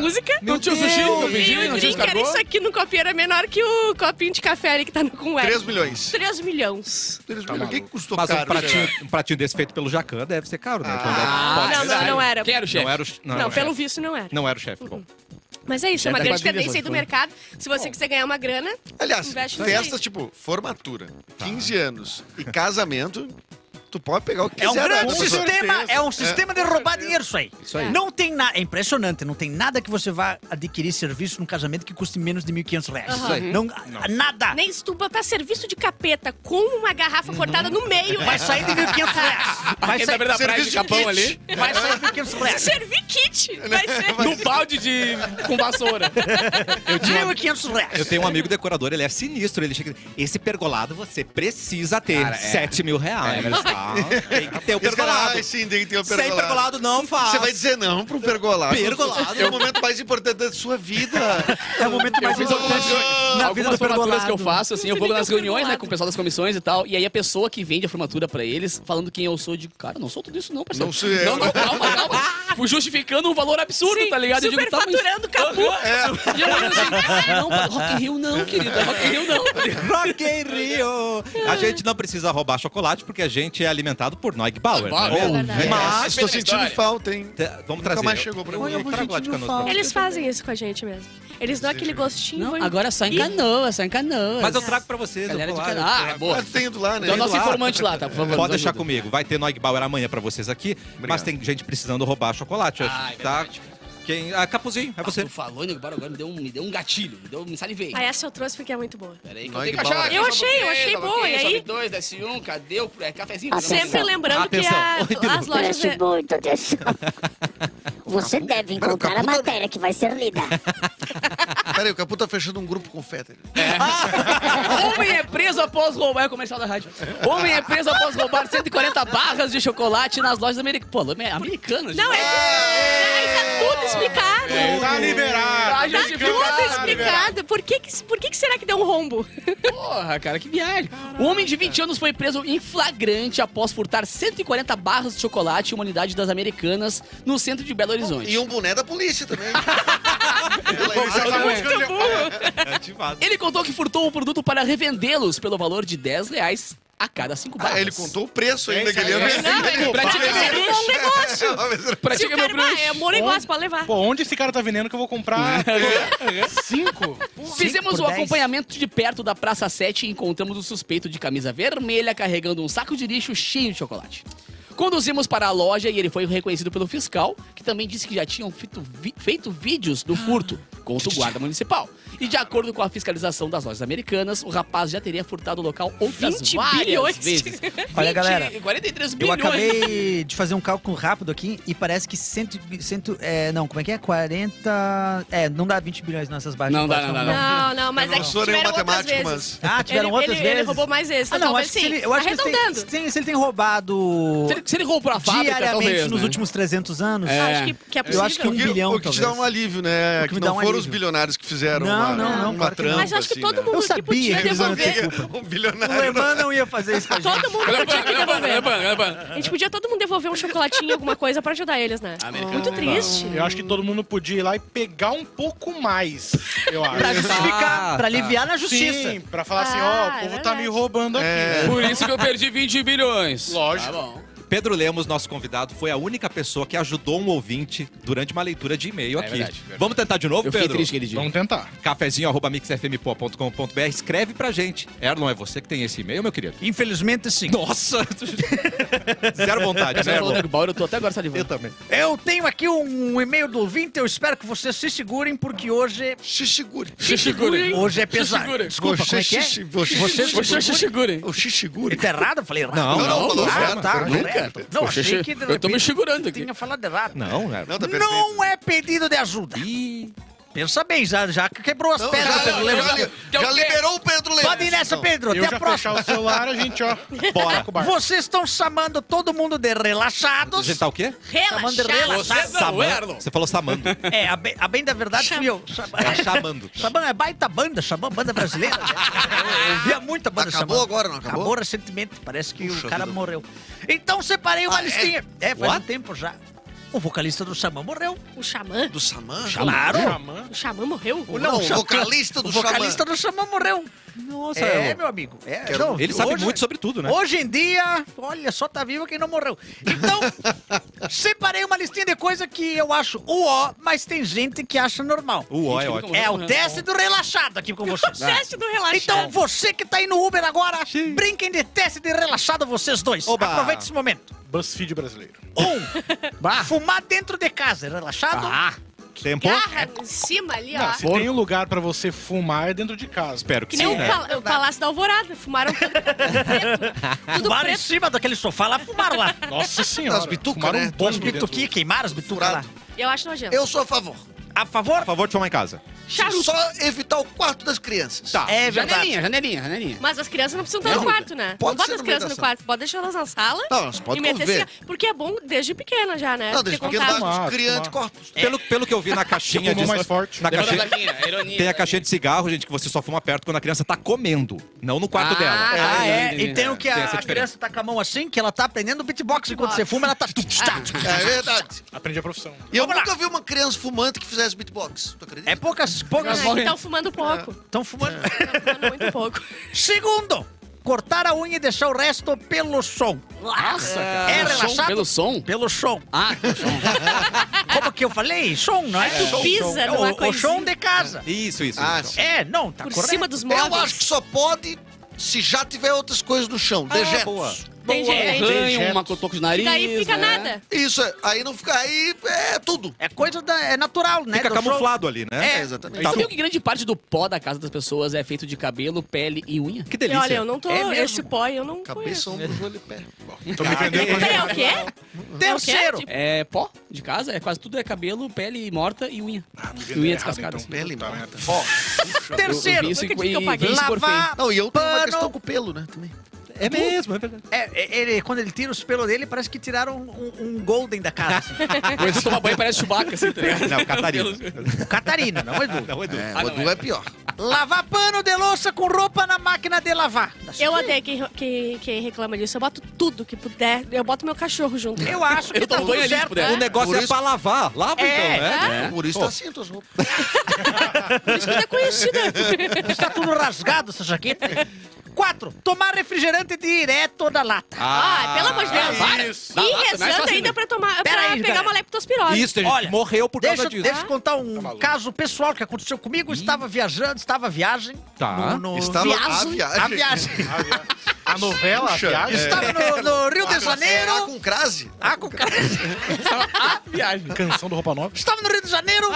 S6: música.
S4: Não tinha o sushi,
S6: E
S4: não
S6: o
S4: pedi, não tinha
S6: drink era
S4: escargot.
S6: isso aqui no copinho, era menor que o copinho de café ali que tá no com web.
S2: 3 milhões.
S6: 3 milhões.
S2: 3 milhões. O que que custou
S3: Mas um
S2: caro?
S3: pratinho, um pratinho desse feito pelo Jacan deve ser caro, né? Quando é-
S4: Ah,
S6: não, não, não era.
S4: Quero, chefe.
S3: Não era o chefe.
S6: Não,
S4: é.
S3: Não, era o
S6: pelo
S3: chefe.
S6: visto não era.
S3: Não era o chefe. Bom,
S6: Mas é isso, é
S4: Já
S6: uma
S4: tá
S6: grande
S4: quadrilha,
S6: tendência aí
S4: só
S6: do
S4: foi.
S6: mercado. Se você quiser ganhar uma grana,
S2: Aliás,
S6: Investe nisso
S2: festas
S6: aí.
S2: tipo formatura, 15 anos e casamento, Tu pode pegar o que
S5: É um
S2: quiser. da
S5: grande
S2: pessoa.
S5: sistema, é um sistema de roubar dinheiro isso aí.
S3: Isso aí.
S5: Não tem nada, é impressionante, não tem nada que você vá adquirir serviço num casamento que custe menos de 1.500 reais.
S6: Aham.
S5: Não, nada.
S6: Nem se tu botar serviço de capeta com uma garrafa cortada no meio.
S5: Vai sair de 1.500 reais. Vai
S4: Aquele da
S5: sair,
S4: beira da praia
S2: serviço
S4: de
S2: de
S4: Capão
S2: kit.
S4: ali.
S5: vai sair de 1.500 reais.
S6: Servir kit. Vai ser.
S4: No balde de... com vassoura.
S5: 1.500 reais.
S3: Eu tenho um amigo decorador, ele é sinistro. Ele chega. e diz, Esse pergolado você precisa ter.
S9: Cara, é.
S3: 7 mil reais. tá? Tem que ter o
S2: Esse cara,
S3: pergolado.
S2: ai, Ah, sim, tem que ter o
S9: Sem
S2: um pergolado.
S9: pergolado não faz.
S2: Você vai dizer não pro pergolado.
S9: Pergolado.
S2: É o momento mais importante da sua vida.
S5: É o momento mais
S4: fiz algumas
S5: importante
S4: reuniões-
S5: na vida
S4: Algumas
S5: do
S4: formaturas
S5: pergolado.
S4: que eu faço, assim,
S6: Não
S4: eu vou
S6: sei nem
S4: nas
S6: que é o
S4: reuniões, né,
S6: formulado.
S4: com o pessoal das comissões e tal, e aí a pessoa que vende a formatura pra eles, falando quem eu sou, eu digo, cara, não sou tudo isso não, parceiro.
S2: Não sou eu.
S4: Não, não, calma, calma. Tipo, justificando um valor absurdo,
S6: Sim,
S4: tá ligado? Eu digo, tá, mas...
S6: superfaturando capô.
S4: E eu digo assim, não, pa- Rock in Rio não, querido, é Rock in Rio não. tá
S9: Rock in Rio.
S3: A gente não precisa roubar chocolate porque a gente é alimentado por Noig Bauer.
S4: Ah,
S3: né?
S4: é
S6: verdade.
S3: Mas
S2: Estou sentindo falta, hein?
S3: Te- Vamos
S2: Nunca
S3: trazer.
S2: mais chegou pra um mim.
S3: Eu vou trago lá de canudo pra vocês.
S6: Eles fazem isso com a gente mesmo. Eles dão aquele gostinho.
S4: Não,
S6: vão-
S4: agora é só em canoa, só em canoa.
S3: Mas eu trago pra vocês. eu
S4: Galera
S3: vou
S4: de
S3: lá, eu
S4: canoa. Ah, é boa.
S2: Ah, tem do lá, né?
S4: Então é o nosso
S2: Tem do lá.
S4: informante lá, tá? Por favor,
S3: Pode
S4: nos
S3: deixar
S4: ajuda.
S3: comigo. Vai ter Neugbauer amanhã pra vocês aqui, mas tem gente precisando roubar chocolate,
S4: Ah, é
S3: tá?
S4: verdade.
S3: Quem, ah, Capuzinho, é
S4: Ah,
S3: você.
S4: Tu falou, nego, agora me deu um, me deu um gatilho, me, deu, me salivei.
S6: Ah, essa eu trouxe porque é muito boa.
S4: Peraí, que eu
S2: Noig
S4: tenho que achar.
S2: Bauer.
S4: aqui,
S6: Eu
S4: só
S6: achei,
S4: pouquinho,
S6: eu achei
S4: só
S6: boa,
S4: pouquinho,
S6: e aí?
S4: Sobe dois, desce um, cadê o é, cafezinho?
S1: Ah,
S4: Vamos
S6: Sempre
S4: lá.
S6: lembrando que
S3: Atenção.
S6: a-
S3: Oi, Bilu.
S6: as lojas... é
S1: Preste muito atenção. Você deve encontrar a matéria que vai ser lida.
S2: Peraí, o Capu tá fechando um grupo com Fetter.
S3: É.
S4: Homem é preso após roubar. É o comercial da rádio. Homem é preso após roubar 140 barras de chocolate nas lojas americanas. Pô, é americano, gente.
S6: Não, é que... Aí tá tudo explicado.
S7: Tá
S4: Tá
S7: liberado.
S6: Tá
S4: justificado.
S6: tudo explicado. Por que que, por que que será que deu um rombo?
S4: Porra, cara, que viagem. O homem de 20 anos foi preso em flagrante após furtar 140 barras de chocolate em uma unidade das americanas no centro de Belo Horizonte.
S2: E um boné da polícia também. é
S7: Muito
S3: Ativado.
S4: Ele contou que furtou o produto para revendê-los pelo valor de 10 reais a cada 5 barras.
S2: Ah, ele contou o preço ainda que ele ia
S7: Esse aí,
S2: vender.
S7: né?
S4: Não, pra te
S6: É um bom negócio.
S4: Pra
S6: Se
S4: ti
S6: o
S4: que é meu
S6: cara... Ah,
S4: bruxo.
S6: é um bom negócio, pode levar.
S7: Pô, onde esse cara tá vendendo que eu vou comprar
S3: Uhum.
S7: cinco?
S4: Fizemos o
S5: por dez.
S4: acompanhamento de perto da Praça 7 e encontramos o suspeito de camisa vermelha carregando um saco de lixo cheio de chocolate. Conduzimos para a loja e ele foi reconhecido pelo fiscal, que também disse que já tinham feito, vi- feito vídeos do furto, contra o guarda municipal. E de acordo com a fiscalização das lojas americanas, o rapaz já teria furtado o local outras
S6: 20
S4: várias
S6: bilhões.
S4: vezes.
S5: Olha,
S4: 20,
S5: galera,
S4: 43
S5: Eu
S4: bilhões.
S5: acabei de fazer um cálculo rápido aqui e parece que 100, e- 100 é, não, como é que é? 40, é, não dá 20 bilhões nessas baixas.
S4: Não dá, não dá,
S6: Não, não, mas é que
S2: sou nenhum
S6: tiveram outras
S2: matemático,
S6: vezes.
S5: Ah, tiveram
S6: ele,
S5: outras
S6: ele,
S5: vezes.
S6: Ele roubou mais vezes,
S5: Ah,
S6: então
S5: não,
S6: talvez
S5: acho que, se
S6: sim.
S5: ele, eu acho que se, ele
S6: Arredondando.
S5: tem, se ele- se ele tem roubado
S4: Se ele, se ele roubou a fábrica,
S5: diariamente
S4: talvez,
S5: nos
S4: né?
S5: últimos 300 anos,
S4: É.
S6: Acho que, que é
S5: eu
S6: possível.
S5: acho que um
S2: O que,
S5: bilhão,
S2: o que te dá
S5: talvez.
S2: um alívio, né?
S5: O que
S2: Que,
S5: me dá
S2: não
S5: um
S2: foram
S5: alívio.
S2: os bilionários que fizeram
S5: Não,
S2: uma,
S5: não, não,
S2: uma
S5: claro que não.
S2: trampa,
S6: Mas eu acho que
S2: assim,
S6: todo
S2: né?
S6: mundo
S5: Eu
S6: que
S5: sabia
S6: podia
S5: que eles iam
S6: devolver.
S2: Um
S5: o
S2: bilionário.
S5: Eman não ia fazer isso com a gente.
S6: Todo mundo que tinha que devolver. A gente podia todo mundo devolver um chocolatinho, alguma coisa pra ajudar eles, né? Muito triste.
S7: Eu acho que todo mundo podia ir lá e pegar um pouco mais, eu
S5: Pra
S7: acho.
S5: justificar, pra aliviar na justiça.
S7: Sim, pra falar assim,
S6: Ah,
S7: ó,
S6: é
S7: o povo tá
S6: verdade.
S7: me roubando aqui. né?
S2: É.
S4: Por isso que eu perdi 20 bilhões.
S7: Lógico.
S4: Tá bom.
S3: Pedro Lemos, nosso convidado, foi a única pessoa que ajudou um ouvinte durante uma leitura de e-mail
S4: É
S3: aqui.
S4: verdade, verdade.
S3: Vamos tentar de novo,
S4: Eu fiquei
S3: Pedro?
S4: triste aquele dia.
S7: Vamos tentar.
S3: cafezinho.mixfmpo.com.br, escreve pra gente. Erlon, é você que tem esse e-mail, meu querido?
S5: Infelizmente, sim.
S3: Nossa! Zero vontade, né,
S4: Você falou
S3: Erlon?
S4: Nego Bauer, eu tô até agora salivando.
S3: também.
S5: Eu tenho aqui um e-mail do ouvinte, eu espero que vocês se segurem, porque hoje,
S2: Se segure.
S4: Xixigure.
S5: hoje é pesado.
S4: segurem.
S5: Desculpa, como é que é?
S2: se- Você
S4: Você xixigure.
S2: O xixigure.
S5: Tá errado? Eu falei errado.
S3: Não,
S2: não, falou
S5: Ah,
S2: certo,
S5: tá,
S2: correto.
S5: correto. Não, achei que de
S4: Eu tô me
S5: repente
S4: segurando aqui.
S5: tinha falado errado.
S3: Não, né?
S2: Não, tá perfeito.
S5: Não é pedido de ajuda. Pensa bem, já, já quebrou as
S2: Não,
S5: pernas
S2: já,
S5: do Pedro
S2: já-
S5: Lemos.
S2: já- já
S4: Eu-
S2: liberou o Pedro Lemos.
S5: Pode ir né? nessa,
S2: Não.
S5: Pedro.
S7: Eu
S5: Até
S7: já
S5: a próxima.
S7: fechar o celular, a gente, ó.
S3: Bora.
S5: Vocês estão chamando todo mundo de
S3: A
S5: relaxados.
S3: gente tá o quê?
S5: Chamando de
S6: Relaxa.
S5: relaxados.
S3: Samando. Você falou Samando.
S5: É, a bem, a bem da verdade fui eu. Xabã.
S3: É chamando.
S5: Xabã é baita banda, Xabã, banda brasileira. né? Eu ouvia muita banda
S2: Acabou
S5: Xabã.
S2: agora, não acabou?
S5: Acabou recentemente, parece que
S2: Puxa
S5: o cara
S2: vida.
S5: morreu. Então separei uma
S2: Ah, é?
S5: listinha. É, faz
S3: What?
S5: um tempo já. O vocalista do Xamã morreu.
S6: O xamã?
S2: Do Saman?
S5: Claro.
S7: Xamã.
S6: O xamã morreu?
S2: Não, o vocalista do
S5: o vocalista do Xamã morreu.
S3: Nossa,
S5: É,
S3: eu-
S5: meu amigo. É,
S2: Quero-
S5: não,
S3: ele sabe
S5: hoje-
S3: muito sobre tudo, né?
S5: Hoje em dia, olha, só tá vivo quem não morreu. Então, separei uma listinha de coisa que eu acho uó, mas tem gente que acha normal.
S3: O Ah. O é
S4: Gente,
S3: ótimo.
S4: nunca
S5: É o teste do relaxado aqui com vocês.
S6: Teste do relaxado.
S5: Então, você que tá aí no Uber agora, brinquem de teste de relaxado vocês dois.
S3: Oba.
S5: Aproveite esse momento.
S7: BuzzFeed brasileiro.
S5: Um, fumar dentro de casa é relaxado?
S3: Ah. Tempo?
S6: Garra em cima ali, ó.
S2: Tá.
S7: Não, se tem um lugar pra você fumar é dentro de casa.
S3: Espero que
S6: Que nem
S3: sim,
S6: o,
S3: né?
S6: pal- o Palácio da Alvorada. Fumaram tudo preto. Tudo
S5: Fumaram em
S6: preto.
S5: cima daquele sofá lá, fumaram lá.
S7: Nossa senhora.
S2: As bitucas,
S7: Fumaram
S2: né?
S7: um
S5: Os
S7: bombe dentro
S5: bituqui, queimar os bitucas lá.
S2: Furado.
S6: Eu acho nojento.
S2: Eu sou a favor.
S5: A favor?
S3: Por favor, te fumar em casa.
S6: Charuto.
S2: Só evitar o quarto das crianças.
S3: Tá.
S5: É verdade.
S4: Janelinha, janelinha, janelinha.
S6: Mas as crianças não precisam estar
S2: Não,
S6: no quarto, né?
S2: pode
S6: não bota
S2: ser
S6: as
S2: no
S6: crianças
S2: meio
S6: no
S2: da
S6: quarto, pode deixar elas na sala.
S2: Não, você pode
S6: e meter
S2: conviver.
S6: assim, Porque é bom desde pequena já, né?
S2: Não,
S6: Ter
S2: desde pequeno
S6: contato.
S7: Fumar,
S2: tá criando
S7: fumar.
S2: corpos.
S3: Pelo, pelo que eu vi na caixinha
S7: Fumou
S3: de
S7: mais forte.
S3: Na
S4: Lembra da
S3: caixinha,
S4: galinha? A ironia.
S3: tem a caixinha de cigarro, gente, que você só fuma perto quando a criança tá comendo, não no quarto
S4: Ah,
S3: dela.
S5: Ah, é.
S4: Entendi.
S5: E tem o que
S3: Tem
S5: a,
S3: essa
S5: a
S3: diferença.
S5: criança tá com a mão assim, que ela tá aprendendo beatbox. Enquanto
S6: Beatbox.
S5: você fuma, ela tá... tup, tá, tup.
S2: É verdade.
S7: um- Aprendi a profissão.
S2: E eu
S5: Vamos lá.
S2: nunca vi uma criança fumante que fizesse beatbox. Tu acredita?
S5: É poucas...
S6: Não,
S5: poucas
S4: morrem.
S6: Estão tá fumando pouco.
S5: Estão fumando.
S6: Estão fumando muito pouco.
S5: Segundo, cortar a unha e deixar o resto pelo som.
S4: Nossa, cara.
S5: É
S4: Pelo som,
S5: relaxado?
S4: Pelo som?
S5: Pelo som.
S4: Ah, pelo som.
S5: Como que eu falei? Som, não é?
S6: Tu pisa
S5: É
S6: numa
S5: o, o
S6: coisinha.
S5: som de casa.
S3: Isso, isso.
S2: Ah,
S3: isso.
S2: sim.
S5: É, não, tá
S6: Por
S5: correto.
S6: cima dos móveis.
S2: Eu acho que só pode se já tiver outras coisas no chão.
S6: Ah, é
S2: Dejetos.
S3: boa.
S6: Tem gente aí.
S4: Arranha um cotoco de
S6: E
S4: nariz.
S6: daí fica
S4: né?
S6: nada.
S2: Isso, é- aí não fica. Aí é tudo.
S5: É coisa da, é natural, né?
S3: Fica
S5: do
S3: camuflado ali, né?
S5: É,
S2: exatamente.
S4: Você viu Tá que grande parte do pó da casa das pessoas é feito de cabelo, pele e unha?
S3: Que
S6: E
S3: delícia.
S6: olha, eu não tô.
S5: É mesmo.
S6: esse pó aí eu não
S2: Cabeça,
S6: conheço.
S2: ombro, joelho e pé. Bom,
S7: Tô me vendendo pra
S6: Peraí, é o quê?
S5: show.
S6: É o quê?
S5: Terceiro,
S6: Tipo,
S4: É pó de casa, é quase tudo é cabelo, pele morta e unha.
S2: Ah,
S7: gente.
S4: E unha descascada.
S3: né?
S4: assim.
S2: pele
S7: Tá.
S2: morta.
S4: Eu- eu
S5: terceiro.
S4: vi isso
S6: Não
S4: e,
S6: acredito que eu
S4: e vi
S6: paguei.
S4: isso por feio.
S5: lavar...
S2: tá. Não, e eu tenho uma
S5: Pano.
S2: questão com o pelo, né? Também.
S3: É mesmo, é verdade.
S5: É, é, ele, quando ele tira os pelos dele, parece que tiraram um, um golden da casa. assim.
S4: O Edu toma banho e parece Chewbacca, assim, tá ligado?
S3: Não, Catarina.
S5: O Catarina, não é Edu.
S3: Não, Edu.
S2: É,
S4: Ah,
S2: o
S4: não,
S2: Edu é pior.
S5: Lavar pano de louça com roupa na máquina de lavar.
S6: Eu odeio quem, quem, quem reclama disso. Eu boto tudo que puder. Eu boto meu cachorro junto.
S5: Eu acho que
S4: Eu
S5: tá
S4: tomo banho ali
S5: tudo
S4: se
S5: certo.
S4: puder.
S3: O negócio
S2: Por
S3: é
S2: isso-
S3: pra lavar. Lava
S5: É,
S3: então, né?
S2: Por isso tá assim as tuas roupas.
S6: Por isso que tá conhecida.
S5: Está tudo rasgado essa jaqueta. Quatro, tomar refrigerante direto da lata.
S6: Ah, pelo amor de Deus.
S4: Para!
S7: Isso.
S4: Dá
S6: E
S4: lata, não é só
S6: rezando
S4: assim,
S6: ainda
S4: né?
S6: pra, tomar, pra
S5: Pera aí,
S6: pegar
S5: cara.
S6: uma leptospirose.
S3: Isso, tem gente
S5: Olha,
S3: que morreu por
S5: Deixa,
S3: causa disso.
S5: deixa eu contar um
S7: maluco.
S5: caso pessoal que aconteceu comigo. Estava viajando, estava à viagem.
S3: Tá.
S5: No, no...
S2: Estava
S6: viagem.
S2: a viagem.
S5: A viagem.
S7: A via- A novela, a
S2: Puxa,
S7: viagem.
S5: Estava no, no Rio de
S2: Será
S5: Janeiro.
S2: é com crase?
S5: Ah, com cara.
S2: tá.
S4: Ah, viagem.
S7: Canção do Roupa Nova.
S5: Estava no Rio de Janeiro,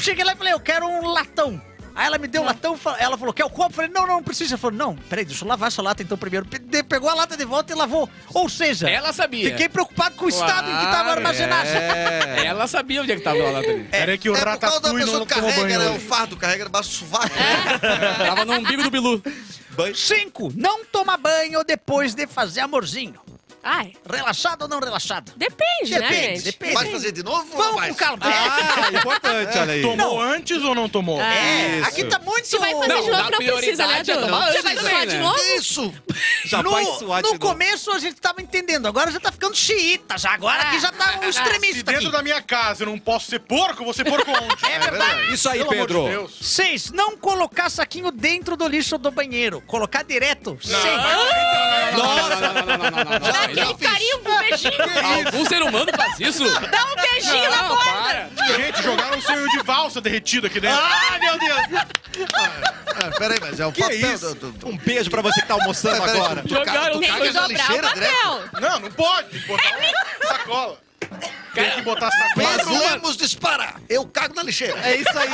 S5: cheguei lá e falei, eu quero um latão. Aí ela me deu um latão, fa- ela falou, quer o copo? Eu falei, não, não, não precisa. Ela falou, não, peraí, deixa eu lavar essa lata então primeiro. Pe- de- Pegou a lata de volta e lavou. Ou seja,
S4: Ela sabia.
S5: fiquei preocupado com o estado em que estava a
S4: Claro,
S5: armazenagem.
S3: É.
S4: Ela sabia onde é que tava lá também.
S7: Peraí que o
S2: é por causa da
S7: Ratatouille
S2: pessoa
S7: não
S2: que
S7: tomou
S2: carrega,
S7: banho
S2: né? O
S7: hoje.
S2: fardo carrega debaixo do sovaco.
S4: Tava no umbigo do Bilu.
S5: Cinco, não toma banho depois de fazer amorzinho.
S6: Ai,
S5: Relaxado ou não relaxado?
S6: depende, né,
S5: Depende,
S6: gente?
S5: depende.
S2: Vai fazer de novo ou não
S5: Vamos
S2: vai?
S5: com calma.
S3: Ah, importante, olha aí.
S7: Tomou antes ou não tomou?
S5: É, é,
S3: isso.
S5: aqui tá muito...
S6: Tu vai fazer
S4: Não,
S6: de novo,
S4: dá
S6: não precisa, né,
S4: prioridade
S6: Edu?
S4: a tomar
S6: Você vai
S4: antes,
S6: tomar
S4: né?
S6: de novo?
S2: Isso!
S3: Já
S5: no,
S3: faz SWAT.
S5: no
S3: de novo.
S5: começo a gente tava entendendo, agora já tá ficando xiita, já agora aqui já tá um
S7: Se
S5: extremista.
S7: dentro
S5: aqui.
S7: da minha casa eu não posso ser porco, eu vou ser porco onde?
S5: É verdade.
S3: Isso aí,
S7: Pelo
S3: Pedro.
S7: amor de Deus.
S5: Seis, não colocar saquinho dentro do lixo do banheiro. Colocar direto. Seis.
S4: Nossa! Não, não, não, não, não, não,
S6: Dá
S4: não.
S6: aquele carimbo, um beijinho.
S4: Algum ser humano faz isso?
S6: Dá um beijinho na
S4: Não,
S6: boca.
S4: para.
S7: Gente, jogaram um sonho de valsa derretido aqui dentro.
S2: Ah, meu Deus! Ah, peraí, mas é o
S3: Que é
S2: papel
S3: isso?
S2: do- do- do-
S3: Um beijo pra você que tá almoçando
S2: Peraí,
S3: agora.
S2: tu- tu
S4: Jogaram
S2: ca- tu
S4: um
S6: Tem
S2: caga
S6: que
S2: na
S6: dobrar o
S2: lixeira direto?
S6: papel.
S7: Não, não pode. Botar uma sacola. Tem que botar
S2: Mas
S7: sacola.
S2: Lemos dispara! Eu cago na lixeira!
S3: É isso aí.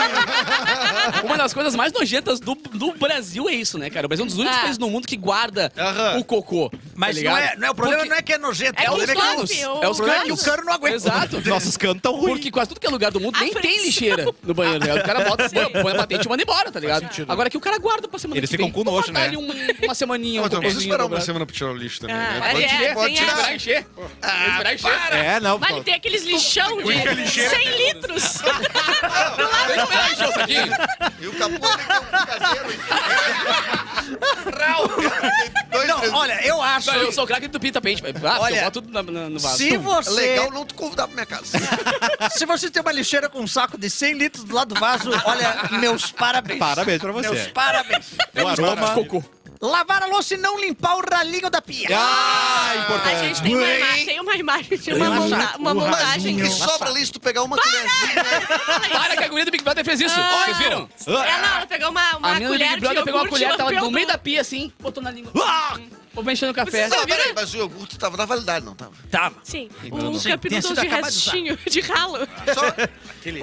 S4: Uma das coisas mais nojentas do, do Brasil é isso, né, cara? O Brasil é um dos únicos
S6: Ah.
S4: países no mundo que guarda
S2: Aham.
S4: o cocô. tá
S5: Mas não
S4: ligado?
S5: é, não é- o problema
S4: Porque-
S5: não é que é nojento,
S6: É
S5: o
S6: que
S5: problema é que
S6: não-
S5: os-
S6: o
S4: é os
S6: problema é
S4: canos.
S5: que o cano não aguenta.
S4: Exato.
S3: Nossos canos tão ruins.
S4: Porque quase tudo que é lugar do mundo
S6: A
S4: nem tem
S6: pressão.
S4: lixeira no banheiro, né? O cara bota, põe, põe a patente e manda embora, tá ligado? Agora que o cara guarda pra semana
S3: Eles
S4: que
S3: ficam
S4: vem.
S3: com
S4: Vou
S3: nojo,
S4: guardar
S3: né?
S4: ali um- uma semaninha, um
S2: Então, vocês
S4: cocôzinho
S2: esperaram uma
S4: dobrado.
S2: semana pra tirar o lixo também,
S6: Ah,
S2: né? Pode
S6: é,
S2: tirar, pode
S6: tem
S2: tirar.
S4: Esperar encher.
S5: Ah,
S4: Esperar encher.
S3: É, não.
S6: Vale ter aqueles lixão de 100 litros.
S4: Deixa eu esperar encher o saquinho.
S2: E o capô ele tem um caseiro. Dois
S5: Não, olha, eu acho.
S4: Não, eu sou o craque do Pita Pente. velho. Ah,
S5: Olha,
S4: eu boto tudo na- na- no vaso.
S5: Se
S2: É
S5: você,
S2: legal não te convidar pra minha casa.
S5: se você tem uma lixeira com um saco de 100 litros do lado do vaso, olha, meus parabéns.
S3: Parabéns pra você.
S5: Meus parabéns.
S3: O
S4: um
S3: aroma...
S5: Lavar a louça e não limpar o ralinho da pia.
S3: Ah,
S6: A
S3: importante.
S6: gente tem uma, ima- tem uma imagem de uma, monta
S2: Mas
S6: uma
S2: o
S6: montagem.
S2: que sobra ali se tu pegar uma colherzinha, né?
S4: Para que a guria do Big Brother fez isso. Vocês viram?
S6: Ela, É, ela pegou Ah, uma, uma
S4: a menina do
S6: colher
S4: Big
S6: de
S4: Brother pegou uma
S6: iogurte
S4: colher,
S6: e
S4: tava
S6: lambeu
S4: no meio
S6: tudo.
S4: da pia assim, botou na língua.
S5: Ah!
S4: Vou mexendo o café.
S2: Não, peraí, mas o iogurte tava na validade, não tava.
S5: Tava.
S6: Sim,
S3: Então,
S6: um
S3: sim,
S5: tenha
S6: capinudo
S5: sido
S6: de
S5: acabado de usar.
S6: restinho, de ralo.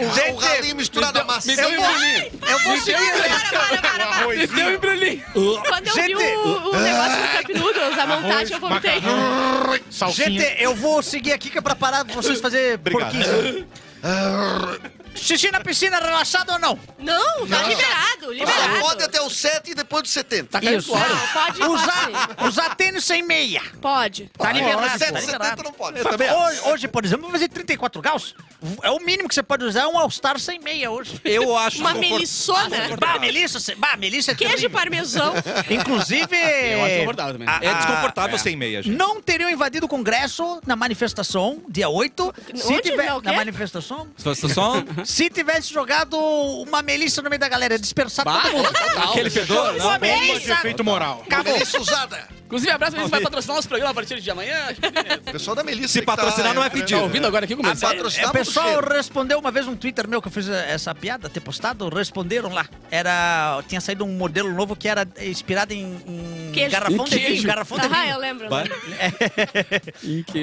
S2: Só o, o ralinho misturado à maçã.
S4: Me deu um embrulhinho.
S5: Eu vou
S4: Me deu um
S5: seguir.
S4: embrulhinho.
S6: Para, para, para, para. ah.
S4: Me deu um embrulhinho.
S6: Quando eu
S5: Gente,
S6: vi o, o negócio do Cup Noodles, a
S7: Arroz,
S6: montagem, eu voltei.
S7: macarrão, Salsinha.
S5: Gente, eu vou seguir aqui que é pra parar vocês fazer porquinho. Xixi na piscina, relaxado ou não?
S6: Não, tá liberado,
S2: Só pode
S6: liberado.
S2: até o 7 e depois do 70.
S4: Tá caindo suado.
S6: Não, pode, pode.
S5: Usar, usar tênis sem meia.
S6: sim. Pode.
S5: Tá liberado.
S2: 7
S5: pô.
S2: 70 Ah, não pode.
S5: Hoje, hoje, por exemplo, vou fazer 34 graus. É o mínimo que você pode usar é um All-Star sem meia hoje.
S3: Eu acho
S6: Uma
S3: desconfortável.
S4: É
S6: melissona,
S5: Bah, Melissa, você- bah, Melissa é
S6: queijo
S5: terrível.
S6: parmesão.
S5: Inclusive...
S4: Eu acho confortável também.
S5: a-
S3: É
S5: a-
S3: desconfortável sem meia, gente.
S5: Não teriam invadido o Congresso na manifestação, dia 8. Se
S6: Onde?
S5: tiver,
S6: Na o quê?
S5: na manifestação,
S3: Só- só- Só um
S5: Se tivesse jogado uma melissa no meio da galera, dispersado
S4: Bah,
S6: Tá
S5: todo mundo.
S4: total.
S3: aquele fedor, não.
S5: Uma
S7: Bomba de
S5: melissa!
S7: efeito moral.
S5: Acabou.
S2: Melissa usada.
S4: Inclusive, abraço, eles vai patrocinar nosso programa a partir de amanhã.
S2: O pessoal da Melissa.
S3: Se
S2: que tá
S3: patrocinar, não é
S2: entrando.
S4: Tá
S3: pedido.
S4: ouvindo agora aqui comigo?
S5: É,
S2: Patrocinar
S5: o
S2: muito
S5: pessoal
S2: cheiro.
S5: respondeu uma vez um Twitter meu que eu fiz essa piada, ter postado, responderam lá. Era. Tinha saído um modelo novo que era inspirado em, em
S6: Queijo.
S5: garrafão
S4: Em
S5: de vinho.
S4: queijo.
S5: Garrafão de
S6: Ah,
S5: vinho.
S6: eu lembro.
S3: Vai.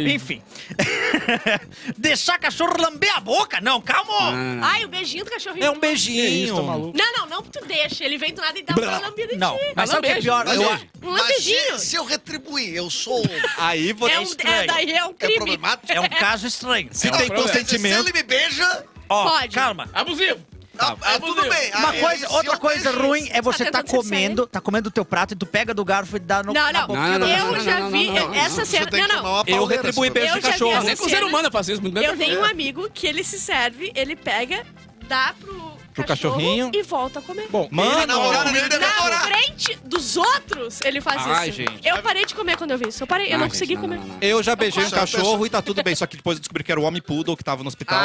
S5: Enfim. Deixar cachorro lamber a boca? Não,
S2: Ah.
S5: calma!
S6: Ai, o beijinho do cachorrinho.
S9: É um beijinho.
S6: Não, não, não tu deixa. Ele vem do nada e dá uma lambida em
S5: Não,
S6: ti.
S5: mas sabe o que é
S4: beijo.
S5: pior? Eu,
S2: Mas,
S6: Um
S2: mas
S6: lambejinho.
S2: se, se eu retribuir, eu sou.
S3: Aí você...
S6: É um, é, daí é um
S2: É
S6: crime.
S2: problemático?
S5: é um caso estranho.
S3: Se
S5: É um-
S3: tem
S4: problema.
S2: Se
S3: consentimento...
S2: ele me beija,
S5: Ó,
S6: Pode.
S5: calma.
S4: Abusivo.
S2: ah, ah, tudo
S4: Deus.
S2: bem.
S5: Uma
S2: Ah,
S5: coisa,
S2: se
S5: outra
S2: eu
S5: coisa
S2: beijo-
S5: ruim é você
S6: Tá
S5: tá
S6: tentando sexo
S5: comendo, tá comendo o teu prato e tu pega do garfo e dá no. na
S6: Não, não.
S5: boca.
S4: não, não, não,
S6: Eu
S4: não,
S6: já
S4: não,
S6: vi.
S4: não, não, não.
S6: Essa
S2: Você
S6: cena.
S2: tem que
S6: Não,
S2: tomar
S6: não.
S2: uma
S3: Eu
S2: pauleira,
S3: retribuí
S2: sabe?
S3: beijo de
S6: Eu já vi
S3: cachorro.
S6: essa
S4: Nem com
S6: cena.
S4: ser humano né? eu faço isso. Muito bem.
S6: Eu tenho um amigo que ele se serve, ele pega, dá pro,
S3: Pro
S6: cachorro
S3: cachorrinho.
S6: e volta a comer.
S7: Bom,
S2: Ele
S3: Mano,
S2: namorou, ele né? deve
S6: Na
S2: namorar.
S6: frente dos outros, ele faz
S3: Ai,
S6: isso.
S3: gente.
S6: Eu parei de comer quando eu vi isso. Eu parei, eu não consegui comer.
S3: eu já beijei um
S2: Só a pessoa-
S3: cachorro e tá tudo bem. Só que depois eu descobri que era o homem poodle que tava no hospital.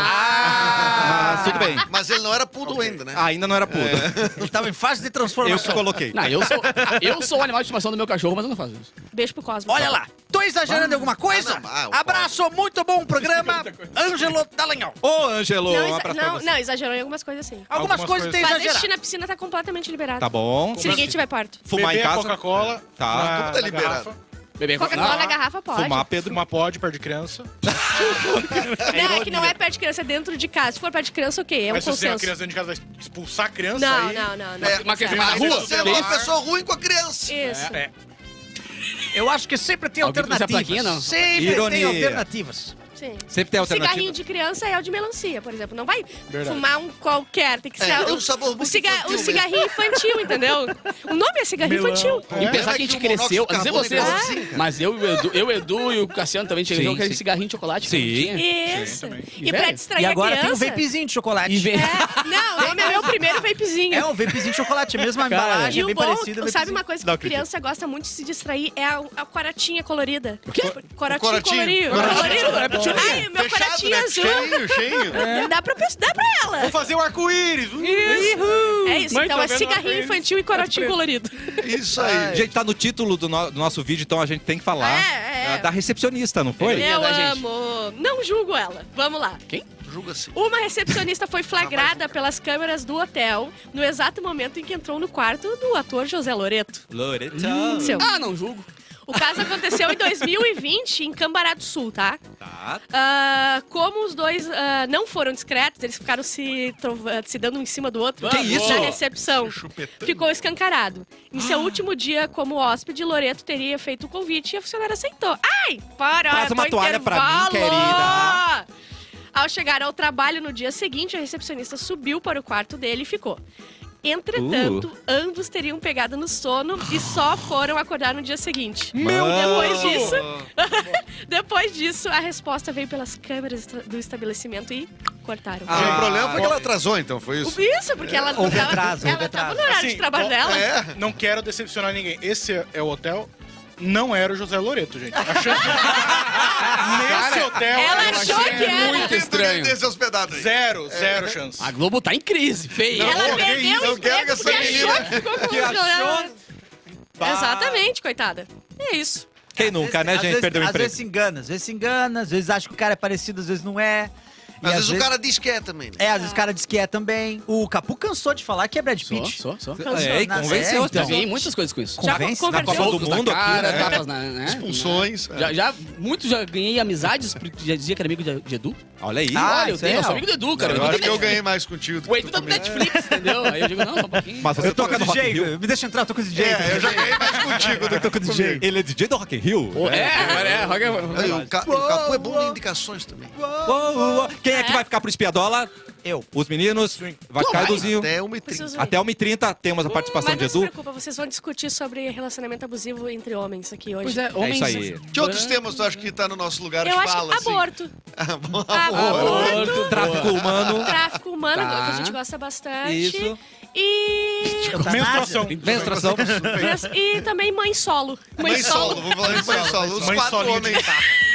S3: Mas tudo bem.
S2: Mas ele não era poodle ainda, né?
S3: Ainda não era poodle.
S5: Ele tava em fase de
S3: Eu que
S5: transformação.
S3: coloquei.
S4: Não, eu sou, eu sou o animal de estimação do meu cachorro, mas eu não faço isso.
S6: Beijo pro Cosmo.
S5: Olha lá, tô exagerando em alguma coisa?
S2: Ah, não, ah, o
S5: Abraço, muito bom programa. Ângelo Dallagnol.
S3: Ô, Ângelo,
S6: Não,
S3: um
S6: exa-
S3: abraço pra
S6: não,
S3: você.
S6: não, exagerou em algumas coisas assim.
S5: Algumas,
S7: Algumas
S5: coisas
S7: coisas.
S5: tem
S6: Fazer
S5: exagerado.
S6: xixi na piscina tá completamente liberado.
S3: Tá bom.
S6: Se ninguém tiver parto.
S3: Fumar em
S7: beber
S3: casa.
S7: Coca-Cola.
S3: Tá.
S7: na-
S2: Tudo tá
S7: na
S2: liberado.
S7: garrafa.
S4: Bebê,
S6: Coca-Cola na garrafa pode.
S3: Fumar, Pedro.
S7: Fumar pode, perto de criança.
S6: Não, é que não é perto de criança, é dentro de casa. Se for perto de criança, ok, é um
S7: Mas se você tem uma
S6: consenso.
S7: criança dentro de casa, vai expulsar a criança
S6: Não,
S7: aí...
S6: não, não, não.
S2: É,
S4: Uma criança
S2: Mas
S4: na rua.
S2: Você é uma pessoa ruim com a criança.
S6: Isso.
S7: É.
S5: Eu acho que sempre tem
S4: Alguém precisa
S5: alternativas.
S4: plaquinha, não?
S5: Sempre tem
S3: Ironia.
S5: alternativas.
S6: Sim.
S3: Sempre tem
S6: O cigarrinho
S3: é alternativa.
S6: de criança é o de melancia, por exemplo. Não vai fumar um qualquer. Tem que ser
S2: É, tem
S6: o,
S2: um sabor muito
S6: o, ciga-
S2: infantil
S6: o
S2: mesmo.
S6: cigarrinho infantil, entendeu? O nome é cigarrinho infantil.
S4: E pensar
S2: Lembra
S4: que a gente
S2: que o monóxido
S4: cresceu,
S2: de
S4: a dizer
S2: carbono é
S4: vocês,
S2: igualzinho, cara?
S4: mas eu, e o Edu, eu, o Edu e o Cassiano também chegamos
S3: Sim,
S4: com aquele
S3: sim.
S4: cigarrinho de chocolate.
S3: Sim.
S4: que tinha.
S6: Isso. E um
S4: Velho.
S6: pra
S5: E
S6: distrair
S5: agora
S6: a
S5: tem um o
S6: criança...
S5: vapezinho de chocolate.
S4: E vem.
S6: Não, o nome é meu primeiro vapezinho.
S5: É o vapezinho de chocolate, a mesma
S4: Cara,
S5: embalagem,
S6: E
S5: é
S6: o
S5: bem
S6: bom,
S5: parecida.
S6: sabe
S5: vapezinho.
S6: uma coisa que
S3: Não
S6: a criança gosta muito de se distrair? É a, a coratinha colorida. O
S4: quê?
S6: Coratinho,
S2: Coratinho.
S6: colorido.
S2: Coratinho.
S6: colorido. Ai, meu
S2: Fechado,
S6: coratinho
S2: né?
S6: azul.
S2: Cheinho, cheinho.
S6: Dá, pra, pe- dá pra ela.
S7: Vou fazer o arco-íris. Uh,
S6: É isso,
S7: Mãe,
S6: então
S7: tô
S6: é
S7: vendo
S6: cigarrinho
S7: arco-íris.
S6: infantil e coratinho colorido.
S2: Isso aí.
S3: Gente, tá no título do, no- do nosso vídeo, então a gente tem que falar. ah,
S6: É, é, é.
S3: Da recepcionista, não foi?
S4: É.
S6: Eu
S4: da gente.
S6: amo. Não julgo ela. Vamos lá.
S2: Julga assim.
S6: Uma recepcionista foi flagrada pelas câmeras do hotel no exato momento em que entrou no quarto do ator José Loreto.
S3: Loreta.
S6: Seu.
S4: Ah, não julgo.
S6: O caso aconteceu em 2020 em Cambará do Sul, tá?
S3: Tá.
S6: Ah, como os dois ah, não foram discretos, eles ficaram se, trova- se dando um em cima do outro
S3: Que
S6: na
S3: isso?
S6: recepção. Ficou escancarado. Em
S3: Ah.
S6: seu último dia como hóspede, Loreto teria feito o convite e a funcionária aceitou. Ai, para!
S3: Traz
S6: tô
S3: uma
S6: em
S3: toalha pra mim,
S6: intervalo!
S3: querida.
S6: Ao chegar ao trabalho no dia seguinte, a recepcionista subiu para o quarto dele e ficou. Entretanto, ambos teriam pegado no sono e só foram acordar no dia seguinte.
S3: Meu
S6: Depois disso, depois disso, a resposta veio pelas câmeras esta- do estabelecimento e cortaram.
S3: Ah,
S2: o problema foi que ela atrasou, então, foi isso?
S6: O- Isso, porque ela
S5: Houve
S6: ela-
S5: atraso,
S6: ela
S5: houve
S6: tava
S5: atraso.
S6: no horário
S7: Assim,
S6: de trabalho
S7: ó,
S6: dela.
S2: É.
S7: Não quero decepcionar ninguém. Esse é o hotel não era o José Loreto, gente. A chance de... Nesse hotel...
S6: ela
S7: eu
S6: achou
S7: achei
S6: que era.
S2: Muito estranho. Desse hospedado aí.
S7: Zero, zero chance.
S4: A Globo tá em crise, feio.
S2: Não,
S6: Ela
S2: que
S6: perdeu
S2: isso,
S6: o
S2: eu quero
S6: emprego
S2: que essa
S6: porque achou que ficou com o Leonardo.
S7: Bah.
S6: Exatamente, coitada. É isso.
S3: Quem nunca, né,
S5: Às
S3: gente?
S5: vezes-
S3: Perdeu o
S5: Às
S3: emprego.
S5: vezes se engana, às vezes se engana, às vezes acha que o cara é parecido, às vezes não é. E
S2: Às vezes o cara diz que é também. né?
S5: É, às vezes o cara diz que é também. O Capu cansou de falar que é Brad
S4: Só,
S5: Pitt.
S4: só, só.
S3: É, e convenceu
S5: É,
S3: as
S5: então.
S3: pessoas.
S4: Ganhei muitas coisas com isso.
S6: Já
S5: Convence?
S6: con-
S3: Na Copa
S6: converteu.
S3: do
S4: Socos na
S3: Mundo aqui,
S4: cara,
S3: né?
S4: tapas na, né?
S2: É, Expulsões. é.
S4: Já, já, muito já ganhei amizades, porque já dizia que era amigo de, de Edu.
S3: Olha aí.
S5: Ah,
S4: Olha, eu,
S5: isso
S4: tenho,
S5: é
S4: eu sou
S5: real.
S4: amigo do Edu, cara.
S2: Eu
S4: o Edu
S2: acho
S4: tá
S2: que eu
S4: net-
S2: ganhei mais contigo do
S4: O
S2: que
S4: Edu
S2: tu
S4: tá no
S2: também.
S4: Netflix, entendeu? Aí eu digo, não, só um pouquinho.
S3: Mas você
S5: Eu toca
S3: toca no
S5: do
S3: Rock in Rio.
S5: DJ, me deixa entrar, eu tô com o DJ.
S2: É, eu já ganhei mais contigo do que tu comigo.
S3: Ele é DJ do Rock in Rio?
S4: Pô, é, é, é, rock and
S2: Aí,
S4: roll.
S2: o, ca o Capu é bom de indicações também.
S3: Uou, uou, uou. Quem é que vai ficar pro espiadola?
S5: Eu.
S3: Os meninos, vai ficar
S4: vai.
S3: Eduzinho.
S2: Até 1h30.
S6: Vocês vão-
S3: Até 1h30 temos a participação
S6: Mas
S3: de
S6: não se
S3: Edu.
S6: preocupa, vocês vão discutir sobre relacionamento abusivo entre homens aqui hoje.
S4: Pois é,
S3: É
S4: homens...
S3: isso aí.
S2: Que outros temas tu acha que tá no nosso lugar
S6: Eu
S2: de
S6: acho
S2: fala,
S6: que
S2: assim?
S6: aborto,
S2: Ah, bom,
S6: Aborto.
S4: Aborto,
S3: Tráfico humano.
S6: tráfico Um humano,
S3: Tá.
S6: que a gente gosta bastante.
S3: Isso.
S6: E.
S5: tá
S7: Menstruação.
S3: Menstruação.
S6: e também mãe solo.
S2: Mãe solo, vou falar de mãe solo. Os
S7: Mãe
S2: quatro
S7: solinho de
S2: homens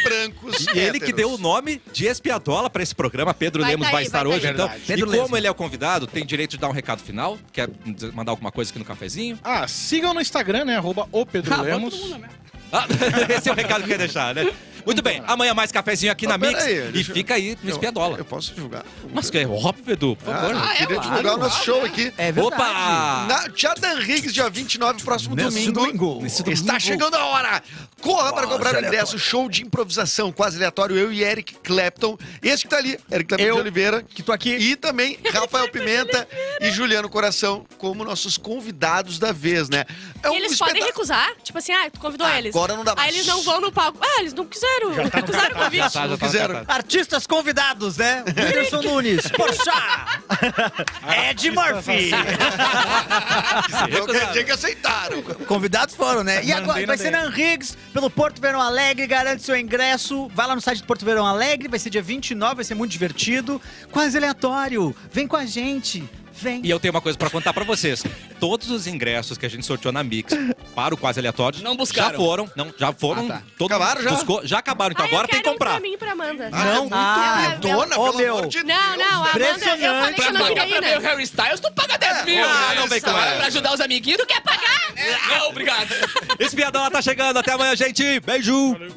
S2: brancos.
S3: E ele que
S2: héteros.
S3: deu o nome de espiadola para esse programa. Pedro
S6: Vai
S3: Lemos
S6: tá
S3: vai
S6: aí,
S3: estar
S6: vai tá
S3: hoje,
S6: aí.
S3: então.
S5: Pedro
S3: e
S5: Lemos.
S3: como ele é o convidado, tem direito de dar um recado final? Quer dizer- mandar alguma coisa aqui no cafezinho?
S7: Ah, sigam no Instagram, né? Arroba o Pedro
S4: Ah,
S7: Lemos.
S4: todo mundo, né?
S3: Ah, esse é o recado que eu ia deixar, né? Muito bem, amanhã mais cafezinho aqui
S2: Ah,
S3: na
S2: pera
S3: Mix.
S2: aí,
S3: e
S2: deixa eu-
S3: fica aí no
S2: Eu- Eu
S3: espiadola.
S2: posso divulgar?
S3: Mas que é óbvio, Edu, por favor.
S2: Ah, eu queria
S4: claro,
S2: divulgar o nosso show aqui.
S5: É verdade.
S3: Opa!
S2: Na Tchadan Riggs, dia 29, próximo
S5: Nesse
S2: domingo.
S5: domingo.
S3: Ah. Nesse domingo.
S2: Está chegando a hora! Corra para comprar o ingresso, show de improvisação, quase aleatório, eu e Eric Clapton. Esse que tá ali, Eric Clapton
S5: Eu,
S2: de Oliveira.
S5: Que tô aqui.
S2: E também Rafael Pimenta e Juliano Coração como nossos convidados da vez, né? É
S6: E eles podem
S2: espetáculo.
S6: recusar? Tipo assim, ah, tu convidou eles.
S2: Agora não dá mais.
S6: Aí eles não vão no palco. Ah, eles não quiseram. Recusaram o convite.
S3: tá, já tá,
S2: quiseram.
S3: já tá.
S5: Artistas convidados, né? Wilson Nunes, Porchat, Ed Murphy.
S2: Eu
S3: tá.
S2: quero dizer que aceitaram.
S5: Convidados foram, né? E agora vai ser na Riggs, pelo Porto Verão Alegre, garante seu ingresso. Vai lá no site do Porto Verão Alegre, vai ser dia 29, vai ser muito divertido. Quase aleatório. Vem com a gente. Vem.
S3: E eu tenho uma coisa pra contar pra vocês. Todos os ingressos que a gente sorteou na Mix para o quase aleatório
S4: Não buscaram.
S3: Já foram, não, já foram.
S4: Ah, tá.
S3: todo
S2: Acabaram já?
S3: buscou- já acabaram, então
S6: Ah, eu
S3: agora tem que
S6: quero um pra
S3: comprar.
S6: mim e pra Amanda.
S2: Ah, é muito
S5: Ah,
S2: lindona,
S5: ô,
S2: pelo
S5: meu.
S2: amor de
S6: Não,
S2: Deus.
S6: não, a Amanda, eu falei
S5: Impressionante.
S6: que eu não
S4: Paga
S6: queria
S4: pra ver o
S6: ir, né?
S4: Harry Styles, tu paga 10 mil.
S3: Ah,
S4: né?
S3: não vem com
S4: Agora
S3: essa. É.
S4: Pra ajudar os amiguinhos, tu quer pagar? Não, obrigado.
S3: Espiadola tá chegando, até amanhã, gente. Beijo!